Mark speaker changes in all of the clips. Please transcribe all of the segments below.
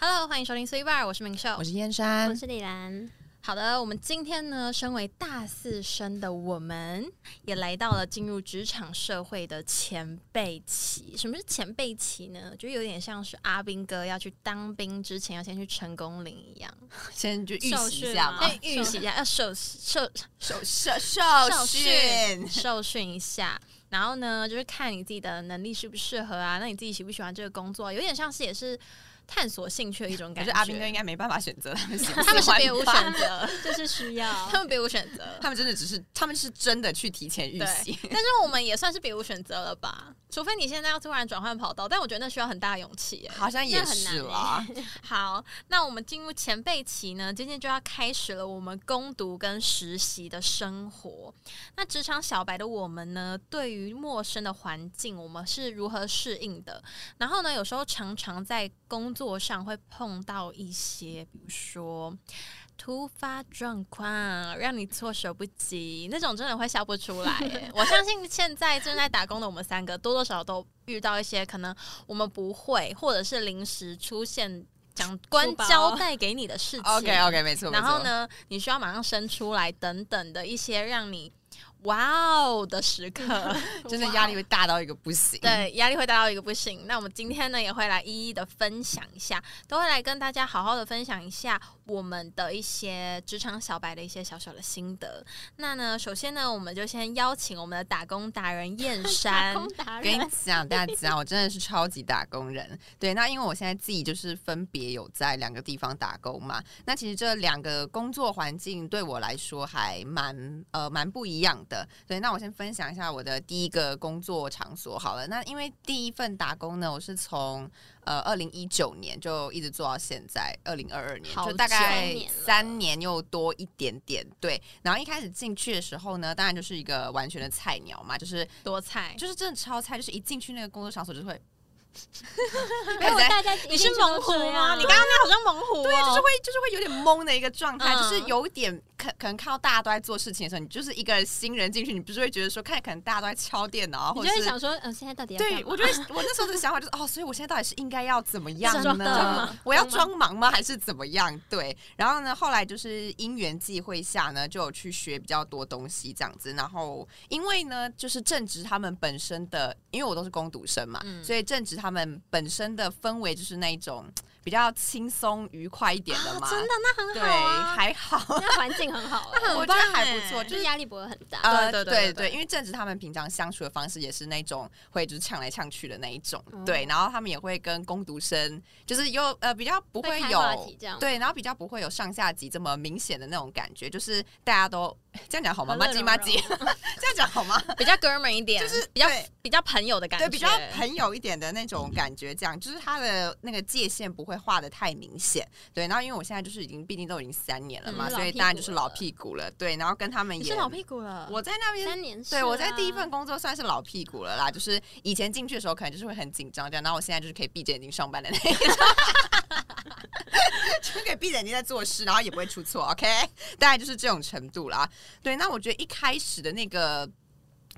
Speaker 1: Hello，欢迎收听 C Bar，我是明秀
Speaker 2: 我。是燕山
Speaker 3: 我，是李兰，
Speaker 1: 好的，我们今天呢，身为大四生的我们，也来到了进入职场社会的前辈期。什么是前辈期呢？就有点像是阿兵哥要去当兵之前，要先去成功岭一样，
Speaker 2: 先去预
Speaker 3: 受
Speaker 2: 习一
Speaker 3: 训
Speaker 2: 下
Speaker 3: 吗
Speaker 2: 嘛
Speaker 3: 啊，
Speaker 1: 先预习一下，要呃受受
Speaker 2: 受受
Speaker 1: 受
Speaker 2: 受
Speaker 1: 训
Speaker 2: 哦训，
Speaker 1: 受训一下。然后呢，就是看你自己的能力适不适合啊，那你自己喜不喜欢这个工作，有点像是也是探索兴趣的一种
Speaker 2: 可
Speaker 1: 感
Speaker 2: 是
Speaker 1: 觉。
Speaker 2: 阿兵哥应该没办法选择他 们喜
Speaker 1: 他们是
Speaker 2: 不喜欢吧，
Speaker 1: 别无选择，
Speaker 3: 就是需 要
Speaker 1: 他们别无选择。
Speaker 2: 他们真的只是，他们是真的去提前预习
Speaker 1: 对，但是我们也算是别无选择了吧？除非你现在要突然转换跑道，但我觉得那需要很大的勇气耶。
Speaker 2: 好像也是啦。
Speaker 1: 好，那我们进入前辈期呢，今天就要开始了我们攻读跟实习的生活。那职场小白的我们呢，对于陌生的环境，我们是如何适应的？然后呢，有时候常常在工作上会碰到一些，比如说。突发状况让你措手不及，那种真的会笑不出来耶。我相信现在正在打工的我们三个，多多少少都遇到一些可能我们不会，或者是临时出现长官
Speaker 3: 出包
Speaker 1: 交代给你的事情。
Speaker 2: 哦 OK OK，没错。
Speaker 1: 然后
Speaker 2: 没错？
Speaker 1: 呢，你需要马上生出来等等的一些让你哇哦的时 刻，
Speaker 2: 真的压力会大到一个不行。，
Speaker 1: 对压力会大到一个不行。那我们今天呢，也会来一一的分享一下，都会来跟大家好好的分享一下我们的一些职场小白的一些小小的心得。那呢，首先呢，我们就先邀请我们的打工达人燕山
Speaker 3: 打。工达
Speaker 2: 跟你
Speaker 3: 人，
Speaker 2: 讲，大家讲，我真的是超级打工人。对，那因为我现在自己就是分别有在两个地方打工嘛，那其实这两个工作环境对我来说还蛮呃蛮不一样的。对，那我先分享一下我的第一个工作场所好了。那因为第一份打工呢，我是从呃二零一九年就一直做到现在二零二二年，
Speaker 1: 好
Speaker 2: 就大概
Speaker 3: 久年了
Speaker 2: 三年又多一点点。对，然后一开始进去的时候呢，当然就是一个完全的菜鸟嘛，就是
Speaker 1: 多菜，
Speaker 2: 就是真的超菜，就是一进去那个工作场所就会，
Speaker 3: 没有
Speaker 2: 在
Speaker 3: 哎大家
Speaker 1: 你是猛虎吗？你刚
Speaker 3: 刚
Speaker 1: 刚那好像猛虎、哦，
Speaker 2: 对，就是会就是会有点懵的一个状态，
Speaker 1: 嗯
Speaker 2: 就是有一点可可能看到大家都在做事情的时候，你就是一个新人进去，你不是会觉得说看可能大家都在敲电脑啊，
Speaker 3: 你
Speaker 2: 或者
Speaker 3: 就会
Speaker 2: 是。
Speaker 3: 想说，嗯，现在到底要
Speaker 2: 对，
Speaker 3: 干嘛
Speaker 2: 我就会我那时候的想法就是哦，所以我现在到底是应该要怎么样
Speaker 1: 装
Speaker 2: 呢
Speaker 1: 忙？
Speaker 2: 我要装忙吗，还是怎么样？对，然后呢，后来就是因缘际会下呢，就有去学比较多东西这样子。然后因为呢，就是正值他们本身的，因为我都是攻读生嘛，
Speaker 1: 嗯
Speaker 2: 所以正值他们本身的氛围就是那一种比较轻松愉快一点的嘛，
Speaker 1: 啊真的那很
Speaker 2: 对，
Speaker 1: 好啊，
Speaker 2: 还好，
Speaker 3: 那环境 很好欸，
Speaker 1: 很
Speaker 2: 我觉得
Speaker 1: 棒
Speaker 2: 还
Speaker 1: 欸
Speaker 2: 不错，就
Speaker 3: 就是是压力不会很大。
Speaker 2: 呃，
Speaker 1: 对
Speaker 2: 对
Speaker 1: 对对对
Speaker 2: 对，因为正直他们平常相处的方式也是那种会就是呛来呛去的那一种，
Speaker 3: 嗯
Speaker 2: 对，然后他们也会跟攻读生就是有呃比较不
Speaker 3: 会开话
Speaker 2: 有
Speaker 3: 题嗯这样
Speaker 2: 对，然后比较不会有上下级这么明显的那种感觉，就是大家都 这样讲好吗？
Speaker 3: 和
Speaker 2: 妈
Speaker 3: 乐
Speaker 2: 鸡
Speaker 3: 融
Speaker 2: 妈鸡， 这样讲好吗？
Speaker 1: 比较哥们一点，就是比较
Speaker 2: 对
Speaker 1: 比较朋友的感觉，
Speaker 2: 对，比较朋友一点的那种感觉，这样就是他的那个界限不会画的太明显，对。然后因为我现在就是已经毕竟都已经三年了嘛，
Speaker 3: 嗯
Speaker 2: 所以
Speaker 3: 老屁
Speaker 2: 当然
Speaker 3: 股
Speaker 2: 就是
Speaker 3: 了
Speaker 2: 老屁股了，对。然后跟他们
Speaker 1: 你
Speaker 2: 也
Speaker 1: 是老屁股啊了，
Speaker 2: 我在那边
Speaker 3: 三年是啊，
Speaker 2: 对，我在第一份工作算是老屁股了啦，就是以前进去的时候可能就是会很紧张这样，然后我现在就是可以闭着眼睛上班的那一种， 就是可以闭着眼睛在做事，然后也不会出错，OK，大概就是这种程度啦。对，那我觉得一开始的那个。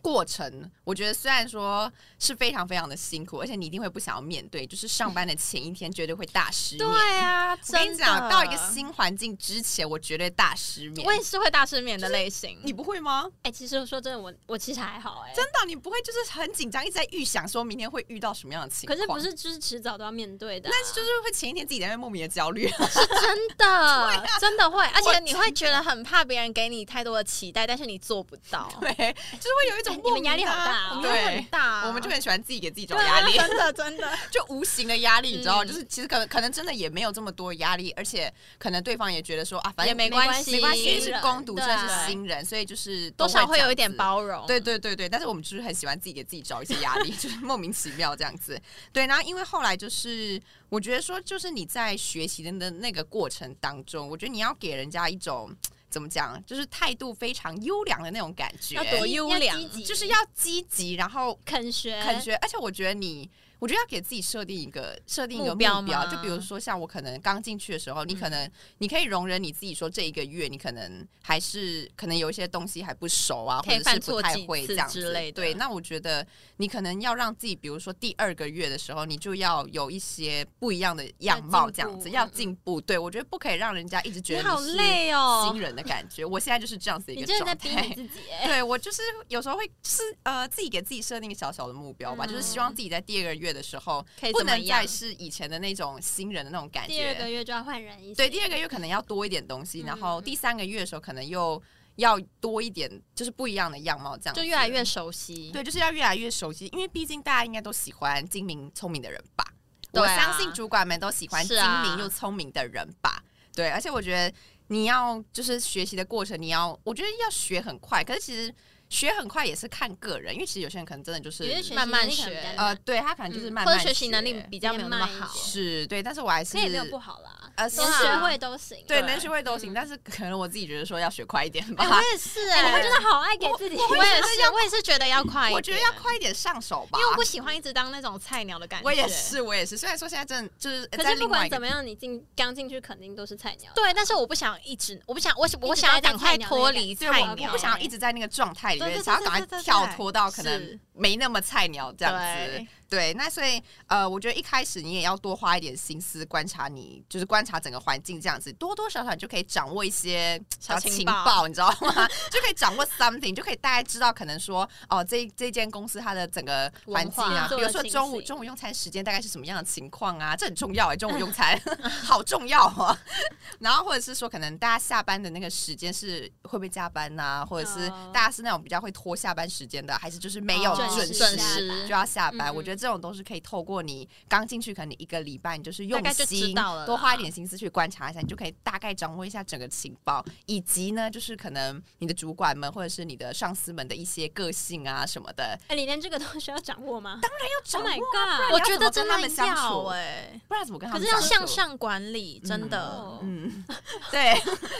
Speaker 2: 过程，我觉得虽然说是非常非常的辛苦，而且你一定会不想要面对，就是上班的前一天绝对会大失眠。
Speaker 1: 对啊，
Speaker 2: 我跟
Speaker 1: 真
Speaker 2: 你
Speaker 1: 的
Speaker 2: 讲，到一个新环境之前，我绝对大失眠
Speaker 1: 我。也是会大失眠的类型，
Speaker 2: 你不会吗？
Speaker 3: 哎，其实说真的，我我其实还好哎，
Speaker 2: 真的，你不会就是很紧张，一直在预想说明天会遇到什么样的情
Speaker 3: 可
Speaker 2: 况？
Speaker 3: 是
Speaker 1: 啊
Speaker 3: 不，是就是迟早都要面对的啊，
Speaker 2: 但是就是会前一天自己在那边莫名的焦 虑。
Speaker 1: 真 的、
Speaker 2: 啊
Speaker 1: 真的会，而且你会觉得很怕别人给你太多的期待，但是你做不到，
Speaker 2: 对，就是会有一种
Speaker 3: 哎你
Speaker 2: 莫
Speaker 3: 们
Speaker 2: 名的
Speaker 3: 压力好大哦
Speaker 1: 我们压力很
Speaker 2: 对。
Speaker 1: 大啊、
Speaker 2: 我们就很喜欢自己给自己这
Speaker 1: 对
Speaker 2: 种
Speaker 1: 啊
Speaker 2: 压力，
Speaker 1: 真的真的，
Speaker 2: 就无形的压力，你知道吗，
Speaker 1: 嗯
Speaker 2: 就是其实可能可能真的也没有这么多压力，而且可能对方也觉得说啊，反
Speaker 1: 也
Speaker 2: 正
Speaker 1: 没
Speaker 3: 关
Speaker 1: 关
Speaker 3: 系
Speaker 1: 系，
Speaker 3: 没关
Speaker 2: 因为
Speaker 3: 系
Speaker 2: 是
Speaker 3: 新人
Speaker 2: 攻读
Speaker 1: 对
Speaker 2: 生
Speaker 1: 啊
Speaker 2: 是新人，所以就是
Speaker 1: 多少
Speaker 2: 会
Speaker 1: 会
Speaker 2: 这样
Speaker 1: 有一点
Speaker 2: 子
Speaker 1: 包容，
Speaker 2: 对对对对，但是我们就是很喜欢自己给自己找一些 压力，就是莫名其妙这样子。对，然后因为后来就是我觉得说，就是你在学习的那个过程当中，我觉得你要给人家一种怎么讲，就是态度非常优良的那种感觉
Speaker 1: 要，多优良
Speaker 3: 要积极
Speaker 2: 就是要积极，然后
Speaker 3: 肯学，
Speaker 2: 肯学，而且我觉得你。我觉得要给自己设定一个设定一个
Speaker 1: 目
Speaker 2: 目
Speaker 1: 标
Speaker 2: 标，
Speaker 1: 吗嗯
Speaker 2: 就比如说像我可能刚进去的时候，你可能你可以容忍你自己说这一个月你可能还是可能有一些东西还不熟啊，
Speaker 1: 可以
Speaker 2: 或者是不太
Speaker 1: 犯错几
Speaker 2: 会
Speaker 1: 次
Speaker 2: 这样子
Speaker 1: 之类的
Speaker 2: 对，那我觉得你可能要让自己，比如说第二个月的时候，你就要有一些不一样的样貌，这样子
Speaker 3: 要
Speaker 2: 要
Speaker 3: 进步
Speaker 2: 进步。对我觉得不可以让人家一直觉
Speaker 1: 嗯你
Speaker 2: 得
Speaker 1: 好
Speaker 2: 是
Speaker 1: 累哦
Speaker 2: 新，人的感觉。我现在就是这样子一
Speaker 3: 你
Speaker 2: 个
Speaker 3: 真的在
Speaker 2: 状
Speaker 3: 逼
Speaker 2: 态
Speaker 3: 你。自 己欸，
Speaker 2: 对我就是有时候会就是呃自己给自己设定一个小小的目标吧，
Speaker 3: 嗯
Speaker 2: 就是希望自己在第二个月的时候
Speaker 1: 可以
Speaker 2: 不
Speaker 1: 怎么
Speaker 2: 能
Speaker 1: 样
Speaker 2: 再？是以前的那种新人的那种感
Speaker 3: 第二个
Speaker 2: 觉。
Speaker 3: 月就要换人一次，
Speaker 2: 对，第二个月可能要多一点东西，
Speaker 3: 嗯
Speaker 2: 然后第三个月的时候可能又要多一点，就是不一样的样貌，这样
Speaker 1: 就
Speaker 2: 子
Speaker 1: 越来越熟悉。
Speaker 2: 对，就是要越来越熟悉，因为毕竟大家应该都喜欢精明聪明的人吧。我
Speaker 1: 对啊
Speaker 2: 相信主管们都喜欢
Speaker 1: 是
Speaker 2: 精
Speaker 1: 啊
Speaker 2: 明又聪明的人吧。对，而且我觉得你要就是学习的过程，你要我觉得要学很快，可是其实学很快也是看个人，因为其实有些人可能真的就
Speaker 3: 有些
Speaker 2: 是
Speaker 3: 学习
Speaker 1: 慢慢
Speaker 3: 能力可能
Speaker 1: 学
Speaker 3: 比较
Speaker 2: 呃，
Speaker 3: 难，
Speaker 2: 对他可能就是
Speaker 3: 嗯
Speaker 2: 慢
Speaker 1: 或
Speaker 2: 慢
Speaker 1: 者学习能力比较没有那么
Speaker 3: 比较慢
Speaker 1: 好
Speaker 3: 一，些
Speaker 2: 是对，但是我还是
Speaker 3: 可以没有不好啦，
Speaker 2: 呃
Speaker 1: 是
Speaker 3: 能
Speaker 1: 啊
Speaker 3: 学会都行，
Speaker 2: 对
Speaker 1: 对
Speaker 2: 能学会都行，
Speaker 3: 嗯
Speaker 2: 但是可能我自己觉得说要学快一点吧。
Speaker 1: 哎我也是
Speaker 3: 哎，我
Speaker 1: 哎，
Speaker 3: 真的好爱给自己，
Speaker 1: 我也是，我也是觉得要快一点，
Speaker 2: 我觉得要快一点上手吧，
Speaker 1: 因为我不喜欢一直当那种菜鸟的感觉。
Speaker 2: 我也。是，我也是。虽然说现在真的就是
Speaker 3: 可
Speaker 2: 在
Speaker 3: 是不
Speaker 2: 另外
Speaker 3: 管
Speaker 2: 一个
Speaker 3: 怎么样，你进刚进去肯定都是菜鸟，
Speaker 1: 对，但是我不想一直，我不想，我
Speaker 3: 直
Speaker 1: 我想要
Speaker 3: 待在
Speaker 1: 赶快
Speaker 3: 菜鸟那个
Speaker 1: 脱
Speaker 3: 感
Speaker 1: 离
Speaker 2: 对，
Speaker 1: 菜
Speaker 2: 我
Speaker 1: 鸟，欸
Speaker 2: 我不想要一直在那个状态里
Speaker 1: 对对
Speaker 2: 面，
Speaker 1: 对
Speaker 2: 想要
Speaker 1: 对
Speaker 2: 赶
Speaker 1: 对
Speaker 2: 快
Speaker 1: 对
Speaker 2: 跳
Speaker 1: 对
Speaker 2: 脱到可
Speaker 1: 是
Speaker 2: 能没那么菜鸟这样子
Speaker 1: 对。
Speaker 2: 对，那所以呃，我觉得一开始你也要多花一点心思观察你，就是观察整个环境这样子，多多少少你就可以掌握一些
Speaker 1: 小情
Speaker 2: 情
Speaker 1: 报
Speaker 2: 报，你知道吗？ 就可以掌握 something，你就可以大概知道可能说哦，这这间公司它的整个环
Speaker 1: 文
Speaker 2: 境
Speaker 1: 化
Speaker 2: 啊，
Speaker 3: 做
Speaker 2: 比如
Speaker 3: 的
Speaker 2: 说
Speaker 3: 情
Speaker 2: 中午
Speaker 3: 形
Speaker 2: 中午用餐时间大概是什么样的情况啊？这很重要哎、中午用餐 好重要哦、然后或者是说，可能大家下班的那个时间是会不会加班呐、或者是
Speaker 3: 哦
Speaker 2: 大家是那种比较会拖下班时间的，还是就是没
Speaker 1: 嗯
Speaker 2: 有
Speaker 1: 哦
Speaker 2: 准
Speaker 1: 准时
Speaker 2: 时
Speaker 3: 下班
Speaker 2: 就要下班？
Speaker 3: 嗯嗯
Speaker 2: 我觉得这种都是可以透过你刚进去，可能你一个礼拜，你就是用
Speaker 1: 大概就知
Speaker 2: 心
Speaker 1: 道了啦
Speaker 2: 多花一点心思去观察一下，你就可以大概掌握一下整个情报，以及呢，就是可能你的主管们或者是你的上司们的一些个性啊什么的，
Speaker 3: 哎，你连这个都需要掌握吗
Speaker 2: 要
Speaker 3: ？Oh
Speaker 2: 掌握
Speaker 3: my
Speaker 2: 啊。
Speaker 1: 我
Speaker 2: 我
Speaker 3: god！
Speaker 1: 觉
Speaker 2: 觉
Speaker 1: 得
Speaker 2: 得
Speaker 1: 真
Speaker 2: 真
Speaker 1: 的
Speaker 2: 的
Speaker 1: 要
Speaker 2: 要
Speaker 1: 哎、
Speaker 2: 不然怎么欸跟他
Speaker 1: 可
Speaker 2: 们
Speaker 1: 是要
Speaker 2: 相
Speaker 1: 向
Speaker 2: 处？
Speaker 1: 上管理，真的。
Speaker 3: 哦
Speaker 2: 嗯，对。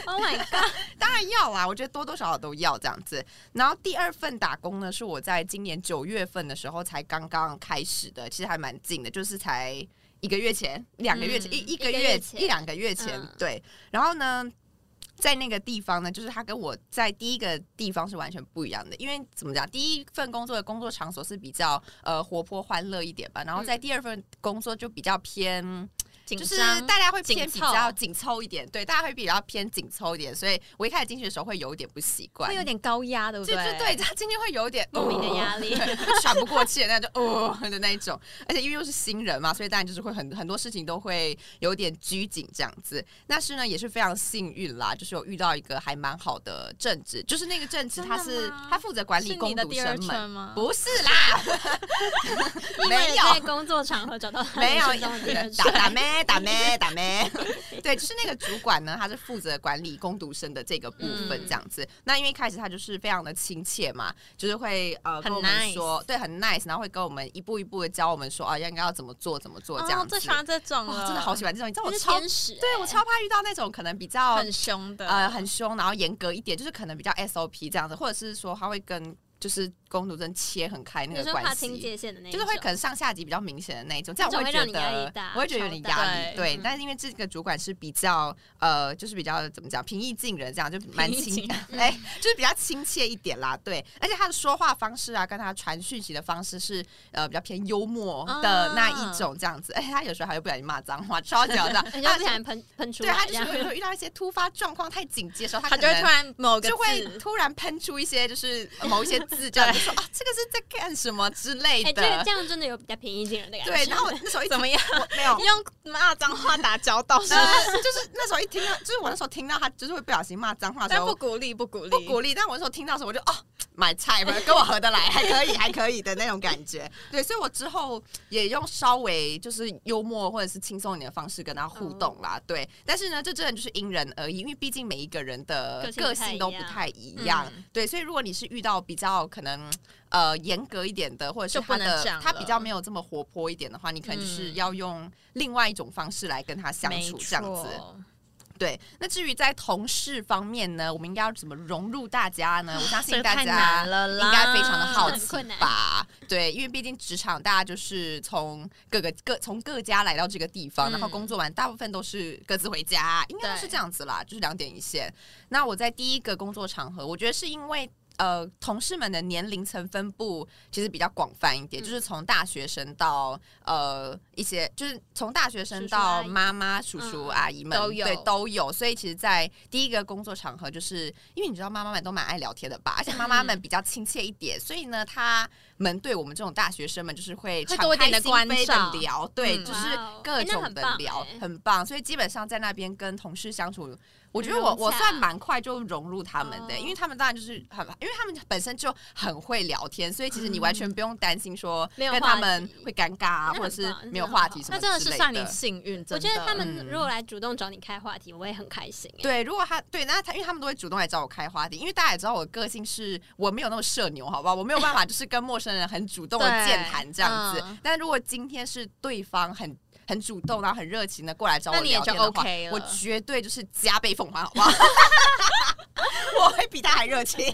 Speaker 3: Oh my god！
Speaker 2: 当然要啦，我觉得多多少少都要这样子。然后第二份打工呢，是我在今年九月份的时候才刚刚开始的，其实还蛮近的，就是才一个月前、两个月前、
Speaker 1: 嗯
Speaker 2: 一一个
Speaker 3: 一个
Speaker 2: 月
Speaker 3: 月前
Speaker 2: 一两个月前，
Speaker 3: 嗯
Speaker 2: 对。然后呢？在那个地方呢，就是它跟我在第一个地方是完全不一样的，因为怎么讲，第一份工作的工作场所是比较呃活泼欢乐一点吧，然后
Speaker 3: 嗯
Speaker 2: 在第二份工作就比较偏
Speaker 1: 紧
Speaker 2: 就是
Speaker 1: 张
Speaker 2: 大家会
Speaker 1: 紧
Speaker 2: 偏比
Speaker 1: 凑
Speaker 2: 较紧凑一点，对，大家会比较偏紧凑一点，所以我一开始进去的时候会有一点不习惯，
Speaker 1: 会有点高压，对不
Speaker 2: 就
Speaker 1: 对？
Speaker 2: 就对，他今天会有一点
Speaker 3: 莫名的压
Speaker 2: 力。
Speaker 3: 力，
Speaker 2: 就喘不过气，那就哦的那一种，而且因为又是新人嘛，所以当然就是会很很多事情都会有点拘谨这样子。但是呢，也是非常幸运啦，就是有遇到一个还蛮好的正职，就是那个正职
Speaker 1: 真
Speaker 2: 他
Speaker 1: 的
Speaker 2: 是
Speaker 1: 吗
Speaker 2: 他负责管理
Speaker 1: 是你
Speaker 2: 工
Speaker 1: 的
Speaker 2: 读
Speaker 1: 第二
Speaker 2: 生们，
Speaker 1: 圈吗？
Speaker 2: 不是啦，
Speaker 3: 因
Speaker 2: 没
Speaker 3: 为
Speaker 2: 有
Speaker 3: 在工作场合找到他
Speaker 2: 没有呃
Speaker 3: 人生中的第
Speaker 2: 打
Speaker 3: 二
Speaker 2: 打
Speaker 3: 春，
Speaker 2: 咩 打咩打咩， 对，就是那个主管呢，他是负责管理工读生的这个部分
Speaker 1: 嗯
Speaker 2: 这样子。那因为一开始他就是非常的亲切嘛，就是会呃
Speaker 1: 很
Speaker 2: 跟我
Speaker 1: nice
Speaker 2: 们说，对，很 nice，然后会跟我们一步一步的教我们说啊，应该要怎么做，怎么做这样
Speaker 1: 哦，
Speaker 2: 子。
Speaker 1: 最喜欢这种
Speaker 2: 哇
Speaker 1: 了，
Speaker 2: 真的好喜欢这种，你知道我
Speaker 3: 这是
Speaker 2: 超
Speaker 3: 天使欸，
Speaker 2: 对我超怕遇到那种可能比较
Speaker 1: 很凶的，
Speaker 2: 呃很凶，然后严格一点，就是可能比较 SOP 这样子，或者是说他会跟就是工读生切很开那
Speaker 3: 你
Speaker 2: 个
Speaker 3: 说
Speaker 2: 关
Speaker 3: 划
Speaker 2: 系，
Speaker 3: 清界限的那一
Speaker 2: 就
Speaker 3: 种，
Speaker 2: 是会可能上下级比较明显的那一种，这样
Speaker 3: 那
Speaker 2: 我会
Speaker 3: 种会
Speaker 2: 觉
Speaker 3: 让你压
Speaker 2: 得
Speaker 3: 力大
Speaker 2: 我会觉得有点
Speaker 1: 超
Speaker 2: 压
Speaker 1: 大
Speaker 2: 力。对
Speaker 3: 嗯，
Speaker 2: 但是因为这个主管是比较呃，就是比较怎么讲，平易近人，这样就蛮
Speaker 1: 平易
Speaker 2: 亲
Speaker 1: 近，
Speaker 2: 哎，就是比较亲切一点啦。对，而且他的说话方式啊，跟他传讯息的方式是呃比较偏幽默的那一种这样子。而哎且他有时候还会不小心骂脏话， 超级好笑。
Speaker 3: 人
Speaker 2: 他
Speaker 3: 家不小心喷喷出
Speaker 2: 对
Speaker 3: 来，
Speaker 2: 他就是
Speaker 3: 这
Speaker 2: 有时
Speaker 3: 样
Speaker 2: 候遇到一些突发状况太紧急的时候，
Speaker 1: 他
Speaker 2: 可
Speaker 1: 就会
Speaker 2: 能
Speaker 1: 突然某个
Speaker 2: 就会
Speaker 1: 字
Speaker 2: 突然喷出一些就是某一些字，这样子说啊，这个是在干什么之类
Speaker 3: 哎，这
Speaker 2: 的。
Speaker 3: 个这样真的有比较平易近人的感觉，
Speaker 2: 对，然后我那时候一
Speaker 1: 怎么样？。
Speaker 2: 我没有
Speaker 1: 用骂脏话打交 道是不是，
Speaker 2: 呃，就是那时候一听到，就是我那时候听到他，就是会不小心骂脏话的时
Speaker 1: 但
Speaker 2: 候，
Speaker 1: 不
Speaker 2: 我
Speaker 1: 鼓励，不鼓励，
Speaker 2: 不鼓励。但我那时候听到的时候，我就哦，买菜吧，跟我合得来，还可以，还可以的那种感觉。对，所以我之后也用稍微就是幽默或者是轻松一点的方式跟他互动啦。对，但是呢，这真的就是因人而异，因为毕竟每一个人的个
Speaker 3: 个性不太
Speaker 2: 性
Speaker 3: 一
Speaker 2: 都不
Speaker 3: 样
Speaker 2: 太一样。
Speaker 1: 嗯
Speaker 2: 对，所以如果你是遇到比较可能呃严格一点的，或者
Speaker 1: 就是不
Speaker 2: 他
Speaker 1: 能
Speaker 2: 的
Speaker 1: 这样
Speaker 2: 他
Speaker 1: 了
Speaker 2: 比较没有这么活泼一点的话，你可能就是
Speaker 1: 嗯
Speaker 2: 要用另外一种方式来跟他相
Speaker 1: 没
Speaker 2: 处这样子。
Speaker 1: 错
Speaker 2: 对，那至于在同事方面呢，我们应该要怎么融入大家呢？我相
Speaker 1: 这
Speaker 2: 信
Speaker 1: 个
Speaker 2: 大
Speaker 1: 太
Speaker 2: 家
Speaker 1: 难了啦，
Speaker 2: 应该非常的好
Speaker 3: 很
Speaker 2: 奇
Speaker 3: 困难
Speaker 2: 吧？对，因为毕竟职场大家就是从各个各从各家来到这个地方，
Speaker 1: 嗯
Speaker 2: 然后工作完，大部分都是各自回家，应该都是
Speaker 1: 对
Speaker 2: 这样子啦，就是两点一线。那我在第一个工作场合，我觉得是因为。呃，同事们的年龄层分布其实比较广泛一点，
Speaker 3: 嗯
Speaker 2: 就是从大学生到呃一些，就是从大学生
Speaker 3: 叔叔
Speaker 2: 到
Speaker 3: 阿姨
Speaker 2: 妈妈、叔叔、
Speaker 3: 嗯
Speaker 2: 阿姨们
Speaker 1: 都有
Speaker 2: 对都有。所以其实，在第一个工作场合，就是因为你知道妈妈们都蛮爱聊天的吧，而且妈妈
Speaker 3: 嗯
Speaker 2: 们比较亲切一点，所以呢，她们对我们这种大学生们就是会
Speaker 1: 会多一点的
Speaker 2: 敞开心扉地
Speaker 1: 关照
Speaker 2: 聊，对，
Speaker 1: 嗯
Speaker 2: 就是
Speaker 3: 哇哦
Speaker 2: 各
Speaker 3: 诶那
Speaker 2: 种
Speaker 3: 很
Speaker 2: 的
Speaker 3: 棒
Speaker 2: 聊，
Speaker 3: 诶
Speaker 2: 很棒。所以基本上在那边跟同事相处，我觉得
Speaker 3: 很
Speaker 2: 我
Speaker 3: 融
Speaker 2: 我
Speaker 3: 洽
Speaker 2: 算蛮快就融入他们的，
Speaker 3: 哦
Speaker 2: 因为他们当然就是很，因为他们本身就很会聊天，所以其实你完全不用担心说
Speaker 3: 嗯没有
Speaker 2: 跟
Speaker 3: 话
Speaker 2: 他们
Speaker 3: 题
Speaker 2: 会尴尬啊，或
Speaker 3: 那
Speaker 2: 者
Speaker 3: 很
Speaker 2: 是
Speaker 3: 棒
Speaker 2: 没有
Speaker 3: 真的
Speaker 2: 话
Speaker 3: 很
Speaker 2: 题
Speaker 3: 好
Speaker 2: 什么
Speaker 1: 那
Speaker 2: 之
Speaker 1: 真的是
Speaker 2: 类的。
Speaker 1: 算你幸运，
Speaker 3: 我
Speaker 1: 真的
Speaker 3: 觉得他
Speaker 2: 嗯
Speaker 3: 们如果来主动找你开话题，我也很开心欸。
Speaker 2: 对，如果他对，那他因为他们都会主动来找我开话题，因为大家也知道我的个性是我没有那么社牛，好不好？我没有办法就是跟陌生人很主动的
Speaker 1: 对
Speaker 2: 健谈这样子。
Speaker 1: 嗯
Speaker 2: 但如果今天是对方很很主动，然后很热情的过来找我
Speaker 1: 那你也
Speaker 2: 聊
Speaker 1: 就
Speaker 2: 天的话，
Speaker 1: OK 了
Speaker 2: 我绝对就是加倍奉还，好不 好？我会比他还热情，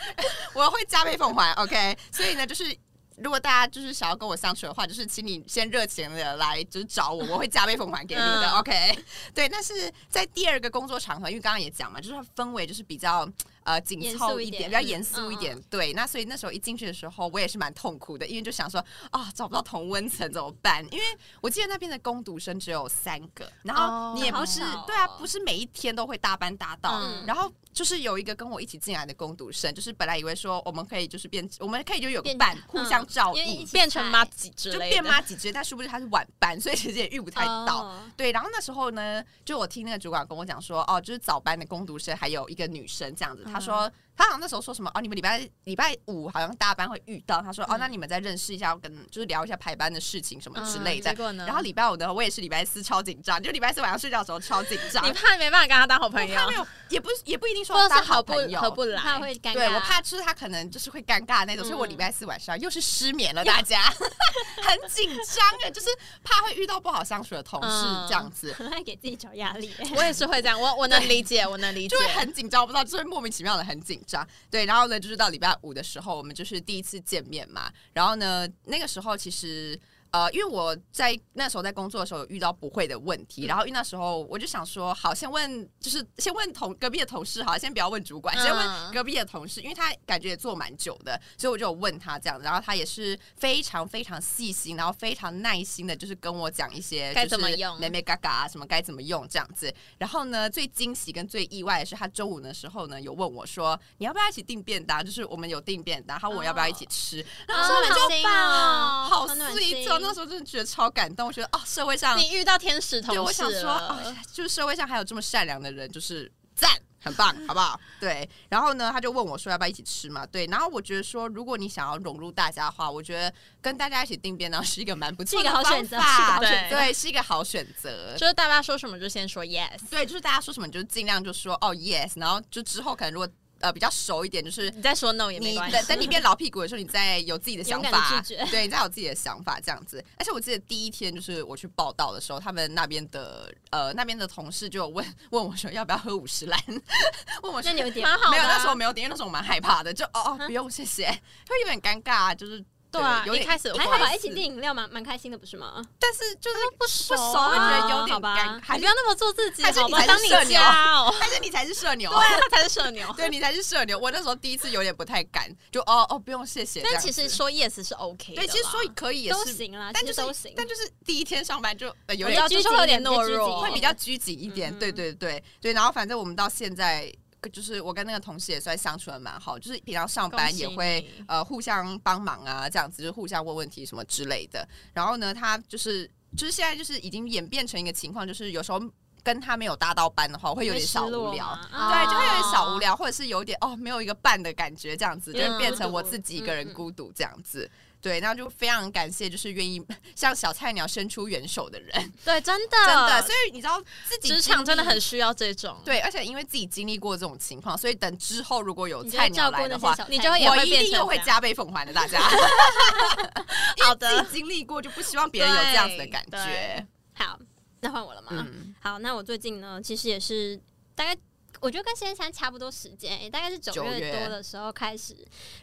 Speaker 2: 我会加倍奉还。OK，所以呢，就是。如果大家就是想要跟我相处的话，就是请你先热情的来，就是找我，我会加倍奉还给你的。
Speaker 1: 嗯
Speaker 2: OK，对，但是在第二个工作场合，因为刚刚也讲嘛，就是它氛围就是比较呃紧
Speaker 3: 严
Speaker 2: 凑
Speaker 3: 肃一
Speaker 2: 一点，
Speaker 3: 点
Speaker 2: 比较
Speaker 3: 嗯
Speaker 2: 严肃一点。对，那所以那时候一进去的时候，我也是蛮痛苦的，因为就想说啊，找不到同温层怎么办？因为我记得那边的攻读生只有三个，然
Speaker 1: 哦
Speaker 2: 后你也不
Speaker 3: 好
Speaker 2: 是、
Speaker 3: 少
Speaker 2: 对啊，
Speaker 3: 哦
Speaker 2: 不是每一天都会搭班搭到，
Speaker 1: 嗯
Speaker 2: 然后。就是有一个跟我一起进来的攻读生，就是本来以为说我们可以就是变，我们可以就有个
Speaker 3: 变
Speaker 2: 伴，互
Speaker 3: 嗯
Speaker 2: 相照
Speaker 3: 因为
Speaker 2: 应，
Speaker 3: 一起
Speaker 1: 变成
Speaker 3: 菜
Speaker 1: 妈几之
Speaker 2: 就
Speaker 1: 类的，
Speaker 2: 变妈几只，但殊不知他是晚班，所以其实也遇不太到。
Speaker 3: 哦
Speaker 2: 对，然后那时候呢，就我听那个主管跟我讲说，哦，就是早班的工读生还有一个女生这样子，
Speaker 1: 嗯
Speaker 2: 他说。他好像那时候说什么哦，你们礼拜礼拜五好像大班会遇到，他说
Speaker 1: 嗯
Speaker 2: 哦，那你们再认识一下，要跟就是聊一下排班的事情什么之类的。
Speaker 1: 结果嗯呢？
Speaker 2: 然后礼拜五呢，我也是礼拜四超紧张，就礼拜四晚上睡觉的时候超紧张
Speaker 1: 你，怕没办法跟他当好朋友
Speaker 2: 他，没有也不是也不一定说
Speaker 1: 或者
Speaker 2: 当
Speaker 1: 是
Speaker 2: 好
Speaker 1: 合不
Speaker 2: 朋友，
Speaker 1: 合不
Speaker 3: 怕
Speaker 1: 来？啊嗯
Speaker 3: 会尴尬，
Speaker 2: 对我怕就是他可能就是会尴尬的那种，所以我礼拜四晚上又是失眠了，大家 很紧张的，就是怕会遇到不好相处的同事
Speaker 1: 嗯
Speaker 2: 这样子。
Speaker 3: 很爱给自己找压力欸。
Speaker 1: 我也是会这样，我我能理解，我能理解
Speaker 2: 就。会很紧张，我不知道，就会莫名其妙的很紧张。对，然后呢，就是到礼拜五的时候，我们就是第一次见面嘛。然后呢，那个时候其实呃，因为我在那时候在工作的时候有遇到不会的问
Speaker 1: 嗯
Speaker 2: 题，然后因为那时候我就想说，好，先问，就是先问同隔壁的同事，好，先不要问主管，先问
Speaker 1: 嗯
Speaker 2: 隔壁的同事，因为他感觉也做蛮久的，所以我就有问他这样子，然后他也是非常非常细心，然后非常耐心的，就是跟我讲一些
Speaker 1: 该怎么用
Speaker 2: 美美嘎嘎啊什么该怎么用这样子。然后呢，最惊喜跟最意外的是，他中午的时候呢，有问我说：“你要不要一起订便当？”就是我们有订便当，他问我要不要一起吃，然后
Speaker 3: 啊
Speaker 2: 说们就
Speaker 3: 好棒哦
Speaker 2: 好
Speaker 3: 好暖
Speaker 2: sweet 哦！
Speaker 3: 心
Speaker 2: 那时候真的觉得超感动，我觉得哦，社会上
Speaker 1: 你遇到天使同
Speaker 2: 对
Speaker 1: 事
Speaker 2: 我想说哦
Speaker 1: 了，
Speaker 2: 就是社会上还有这么善良的人，就是赞。很棒，好不好？对，然后呢，他就问我说要不要一起吃嘛？对，然后我觉得说，如果你想要融入大家的话，我觉得跟大家一起订便当是一个蛮不错的
Speaker 3: 是一个好
Speaker 2: 方
Speaker 3: 选择
Speaker 2: 法
Speaker 3: 是一个
Speaker 1: 选
Speaker 3: 好
Speaker 1: 择
Speaker 2: 对，是一个好选择。
Speaker 1: 就是大家说什么就先说 yes，
Speaker 2: 对，就是大家说什么，你就尽量就说哦 yes，然后就之后可能如果呃比较熟一点，就是
Speaker 1: 你再说 no 也没
Speaker 2: 你
Speaker 1: 关系
Speaker 2: 等。等你变老屁股的时候，你再有自己的想
Speaker 3: 勇敢
Speaker 2: 法
Speaker 3: 地拒绝，
Speaker 2: 对，你再有自己的想法这样子。而且我记得第一天就是我去报道的时候，他们那边的呃那边的同事就有问 问我说要不要喝五十兰， 问我说
Speaker 3: 那你有点
Speaker 1: 蛮好
Speaker 2: 没
Speaker 1: 的
Speaker 2: 有，
Speaker 1: 啊
Speaker 2: 那时候没有点，因为那时候我蛮害怕的，就哦哦不用谢谢，会有点尴尬，就是
Speaker 1: 对啊，
Speaker 2: 有
Speaker 1: 一
Speaker 2: 点
Speaker 1: 开始
Speaker 3: 还好吧，一起
Speaker 2: 是
Speaker 3: 订饮料蛮蛮开心的，不是吗？
Speaker 2: 但是就是
Speaker 1: 不
Speaker 2: 不
Speaker 1: 熟
Speaker 2: 熟
Speaker 1: 啊
Speaker 2: 会觉得有
Speaker 3: 好
Speaker 2: 点
Speaker 3: 吧
Speaker 2: 尴尬，还
Speaker 1: 你
Speaker 2: 是
Speaker 1: 不要那么做自己，
Speaker 2: 还是
Speaker 1: 好吧？
Speaker 2: 你才
Speaker 1: 当
Speaker 2: 是
Speaker 1: 你
Speaker 2: 社牛
Speaker 1: 家哦，
Speaker 2: 还是你才是社牛
Speaker 1: 对。啊，他才是社牛。
Speaker 2: 对你才是社牛，我那时候第一次有点不太敢，就哦哦不用谢谢这
Speaker 1: 但
Speaker 2: 样子。
Speaker 1: 其实说 yes 是 OK 的啦，
Speaker 2: 对，其实说可以也
Speaker 3: 都
Speaker 2: 是
Speaker 3: 行啦，
Speaker 2: 但
Speaker 3: 啊其
Speaker 2: 就
Speaker 3: 实
Speaker 2: 是
Speaker 3: 都行。
Speaker 2: 但就是第一天上班就、呃、有
Speaker 1: 我
Speaker 2: 点
Speaker 1: 知道就是会有点懦弱
Speaker 2: 会比较拘谨一点，
Speaker 3: 嗯
Speaker 2: 对对对对。然后反正我们到现在，就是我跟那个同事也算相处的蛮好，就是平常上班也会
Speaker 1: 恭喜你
Speaker 2: 呃互相帮忙啊，这样子就是互相问问题什么之类的。然后呢，他就是就是现在就是已经演变成一个情况，就是有时候跟他没有搭到班的话，我会有点小无聊。哦对，
Speaker 1: 啊
Speaker 2: 就会有点小无
Speaker 3: 聊。
Speaker 2: 聊，或者是有点哦，没有一个伴的感觉，这样子就
Speaker 1: 有
Speaker 2: 会
Speaker 1: 点
Speaker 2: 变
Speaker 1: 孤
Speaker 2: 成我
Speaker 3: 独
Speaker 2: 自己一个人
Speaker 3: 嗯嗯嗯
Speaker 2: 孤独这样子。对，那就非常感谢，就是愿意 向小菜鸟伸出援手的人，
Speaker 1: 对，真的
Speaker 2: 真的。所以你知道自己
Speaker 1: 职
Speaker 2: 经
Speaker 1: 场真的
Speaker 2: 历
Speaker 1: 很需要这种，
Speaker 2: 对，而且因为自己经历过这种情况，所以等之后如果有
Speaker 3: 你就
Speaker 2: 菜
Speaker 3: 会
Speaker 2: 鸟
Speaker 3: 照顾
Speaker 2: 来
Speaker 3: 那
Speaker 2: 的
Speaker 3: 些
Speaker 2: 话，
Speaker 3: 小
Speaker 1: 你
Speaker 3: 菜
Speaker 1: 就会
Speaker 3: 鸟
Speaker 1: 也
Speaker 2: 我
Speaker 1: 会
Speaker 2: 一
Speaker 1: 变
Speaker 2: 定
Speaker 1: 成
Speaker 2: 又会
Speaker 1: 这样
Speaker 2: 加倍奉还的，大家。
Speaker 1: 好
Speaker 2: 自
Speaker 1: 的，
Speaker 2: 己经历过就不希望别人有这样子的感
Speaker 1: 对
Speaker 2: 觉。
Speaker 3: 好，那换我了吗？
Speaker 2: 嗯，
Speaker 3: 好，那我最近呢，其实也是大概。我觉得跟先生差不多时间，也大概是九
Speaker 2: 九
Speaker 3: 月
Speaker 2: 月
Speaker 3: 多的时候开始，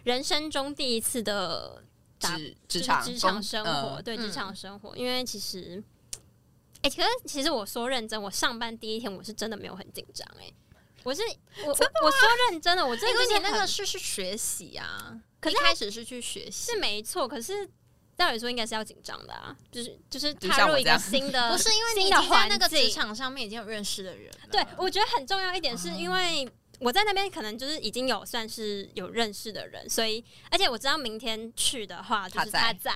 Speaker 3: 人生中第一次的打
Speaker 2: 职
Speaker 3: 啊
Speaker 2: 职
Speaker 3: 就是
Speaker 2: 场
Speaker 3: 职场
Speaker 2: 工
Speaker 3: 生
Speaker 2: 呃
Speaker 3: 活，对职
Speaker 1: 嗯
Speaker 3: 场生活，因为其实，哎、可是其实我说认真，我上班第一天我是真的没有很紧张，哎，我是我我我说认真的，我真
Speaker 1: 因
Speaker 3: 的
Speaker 1: 为
Speaker 3: 就是
Speaker 1: 你那
Speaker 3: 很
Speaker 1: 个是去学习啊，
Speaker 3: 可
Speaker 1: 一
Speaker 3: 是
Speaker 1: 开始是去学习
Speaker 3: 是，没错，可是照理说应该是要紧张的啊，就是就是
Speaker 2: 就像
Speaker 3: 踏入
Speaker 2: 我这
Speaker 3: 一个
Speaker 2: 样
Speaker 3: 新的，
Speaker 1: 不是因为你已
Speaker 3: 新的
Speaker 1: 经在
Speaker 3: 环
Speaker 1: 那个职
Speaker 3: 境
Speaker 1: 场上面已经有认识的人了，
Speaker 3: 对，我觉得很重要一点是
Speaker 1: 哦
Speaker 3: 因为我在那边可能就是已经有算是有认识的人，所以而且我知道明天去的话就
Speaker 2: 他
Speaker 3: 是
Speaker 2: 在
Speaker 3: 他在，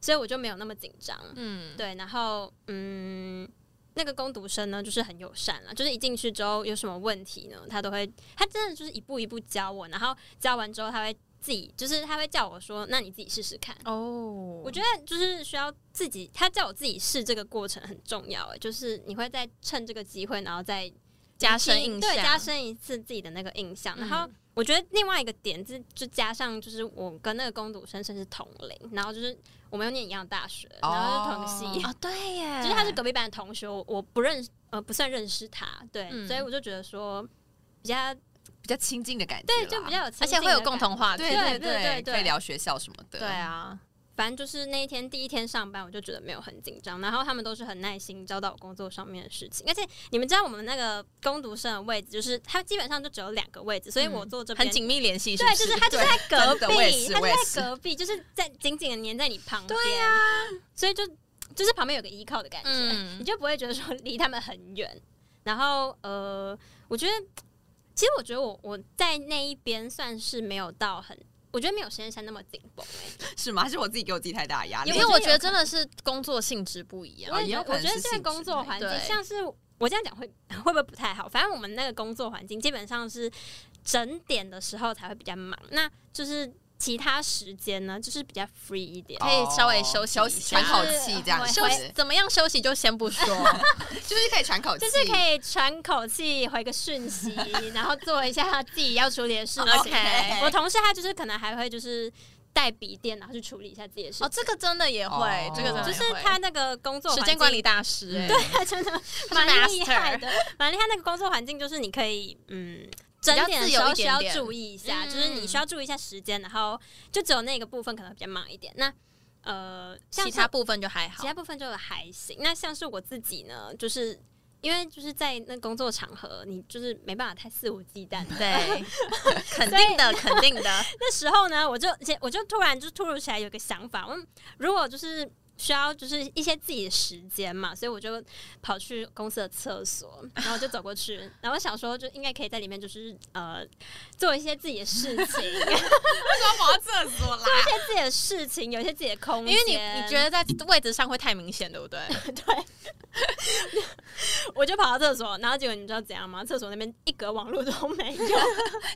Speaker 3: 所以我就没有那么紧张。
Speaker 1: 嗯，
Speaker 3: 对，然后嗯。那个攻读生呢，就是很友善了，就是一进去之后有什么问题呢，他都会，他真的就是一步一步教我，然后教完之后他会自己，就是他会叫我说，那你自己试试看。
Speaker 1: 哦，
Speaker 3: 我觉得就是需要自己，他叫我自己试这个过程很重要，哎，就是你会再趁这个机会，然后再
Speaker 1: 加深印象
Speaker 3: 对，加深一次自己的那个印象。
Speaker 1: 嗯
Speaker 3: 然后我觉得另外一个点是，就加上就是我跟那个攻读生甚至同龄，然后就是我们又念一样大学，然后是同系，
Speaker 1: 啊，对耶，
Speaker 3: 就是他是隔壁班的同学，我我不认识，呃，不算认识他，对，
Speaker 1: 嗯
Speaker 3: 所以我就觉得说比较
Speaker 2: 比较亲近的感觉，
Speaker 3: 对，就比。较有亲
Speaker 1: 而
Speaker 3: 近的
Speaker 1: 且
Speaker 3: 感觉，
Speaker 1: 会有共同话题，
Speaker 2: 对
Speaker 3: 对
Speaker 2: 对
Speaker 3: 对对
Speaker 2: 可以聊学校什么的。
Speaker 1: 对啊，
Speaker 3: 反正就是那一天第一天上班，我就觉得没有很紧张，然后他们都是很耐心交代我工作上面的事情。而且你们知道我们那个攻读生的位置，就是它基本上就只有两个位置，所以我
Speaker 1: 嗯
Speaker 3: 坐这边、
Speaker 1: 很紧密联系，
Speaker 3: 对，就是它就是在隔
Speaker 2: 真的我也
Speaker 3: 壁，
Speaker 2: 是啊
Speaker 3: 它
Speaker 2: 我也
Speaker 3: 就是在隔壁，就是在紧紧的粘在你旁边。对呀、所以就就是旁边有个依靠的感觉，
Speaker 1: 嗯
Speaker 3: 你就不会觉得说离他们很远。然后呃，我觉得其实我觉得我我在那一边算是没有到很，我觉得没有仙山那么紧绷哎、
Speaker 2: 是吗？还是我自己给我自己太大的压力？
Speaker 1: 因
Speaker 3: 也
Speaker 1: 为
Speaker 3: 有
Speaker 1: 我觉得真的是工作性质不一样
Speaker 2: 哦
Speaker 3: 欸我，
Speaker 2: 也有
Speaker 3: 觉
Speaker 2: 可
Speaker 3: 得
Speaker 2: 能
Speaker 3: 我觉得
Speaker 2: 是
Speaker 3: 现在
Speaker 2: 性质
Speaker 3: 工作环境
Speaker 1: 对
Speaker 3: 像是我这样讲会 会不会不太好？反正我们那个工作环境基本上是整点的时候才会比较忙，那就是其他时间呢就是比较 free 一点。
Speaker 1: 可以稍微
Speaker 2: 哦
Speaker 1: 休息
Speaker 2: 休
Speaker 1: 一
Speaker 2: 息
Speaker 1: 下
Speaker 2: 喘口气这样
Speaker 3: 就是
Speaker 2: 子，
Speaker 1: 休息怎么样休息就先不说，
Speaker 2: 就是可以喘口气，
Speaker 3: 就是可以喘口气，回个 讯息，然后做一下自己要处理的事情。
Speaker 1: OK
Speaker 3: 我同事他就是可能还会就是带笔电，然后去处理一下自己的事情。
Speaker 1: 哦，这个真的也会
Speaker 2: 哦，
Speaker 1: 这个真的也
Speaker 3: 就
Speaker 1: 会
Speaker 3: 是他那个工作
Speaker 1: 时
Speaker 3: 环
Speaker 1: 间
Speaker 3: 境
Speaker 1: 管理大师，哎，
Speaker 3: 对，真的蛮厉害的，蛮厉害。那个工作环境就是你可以，嗯，整点的时候需要注意一下，
Speaker 1: 比较自由一点点嗯
Speaker 3: 就是你需要注意一下时间，然后就只有那个部分可能比较忙一点。那呃，像
Speaker 1: 其
Speaker 3: 是
Speaker 1: 他部分就还好
Speaker 3: 其，他部分就还行。那像是我自己呢，就是。因为就是在那工作场合，你就是没办法太肆无忌惮。
Speaker 1: 对，肯定的，肯定的，
Speaker 3: 那时候呢，我就我就突然就突如其来有个想法，嗯，如果就是需要就是一些自己的时间嘛，所以我就跑去公司的厕所，然后就走过去， 然后我想说就应该可以在里面就是呃做一些自己的事情， 做一些
Speaker 2: 跑到厕所啦。
Speaker 3: 自己的事情，有一些自己的空 间。
Speaker 1: 因为你你觉得在位置上会太明显，对不对？
Speaker 3: 我就跑到厕所，然后结果你知道怎样吗？厕所那边一格网络都没有，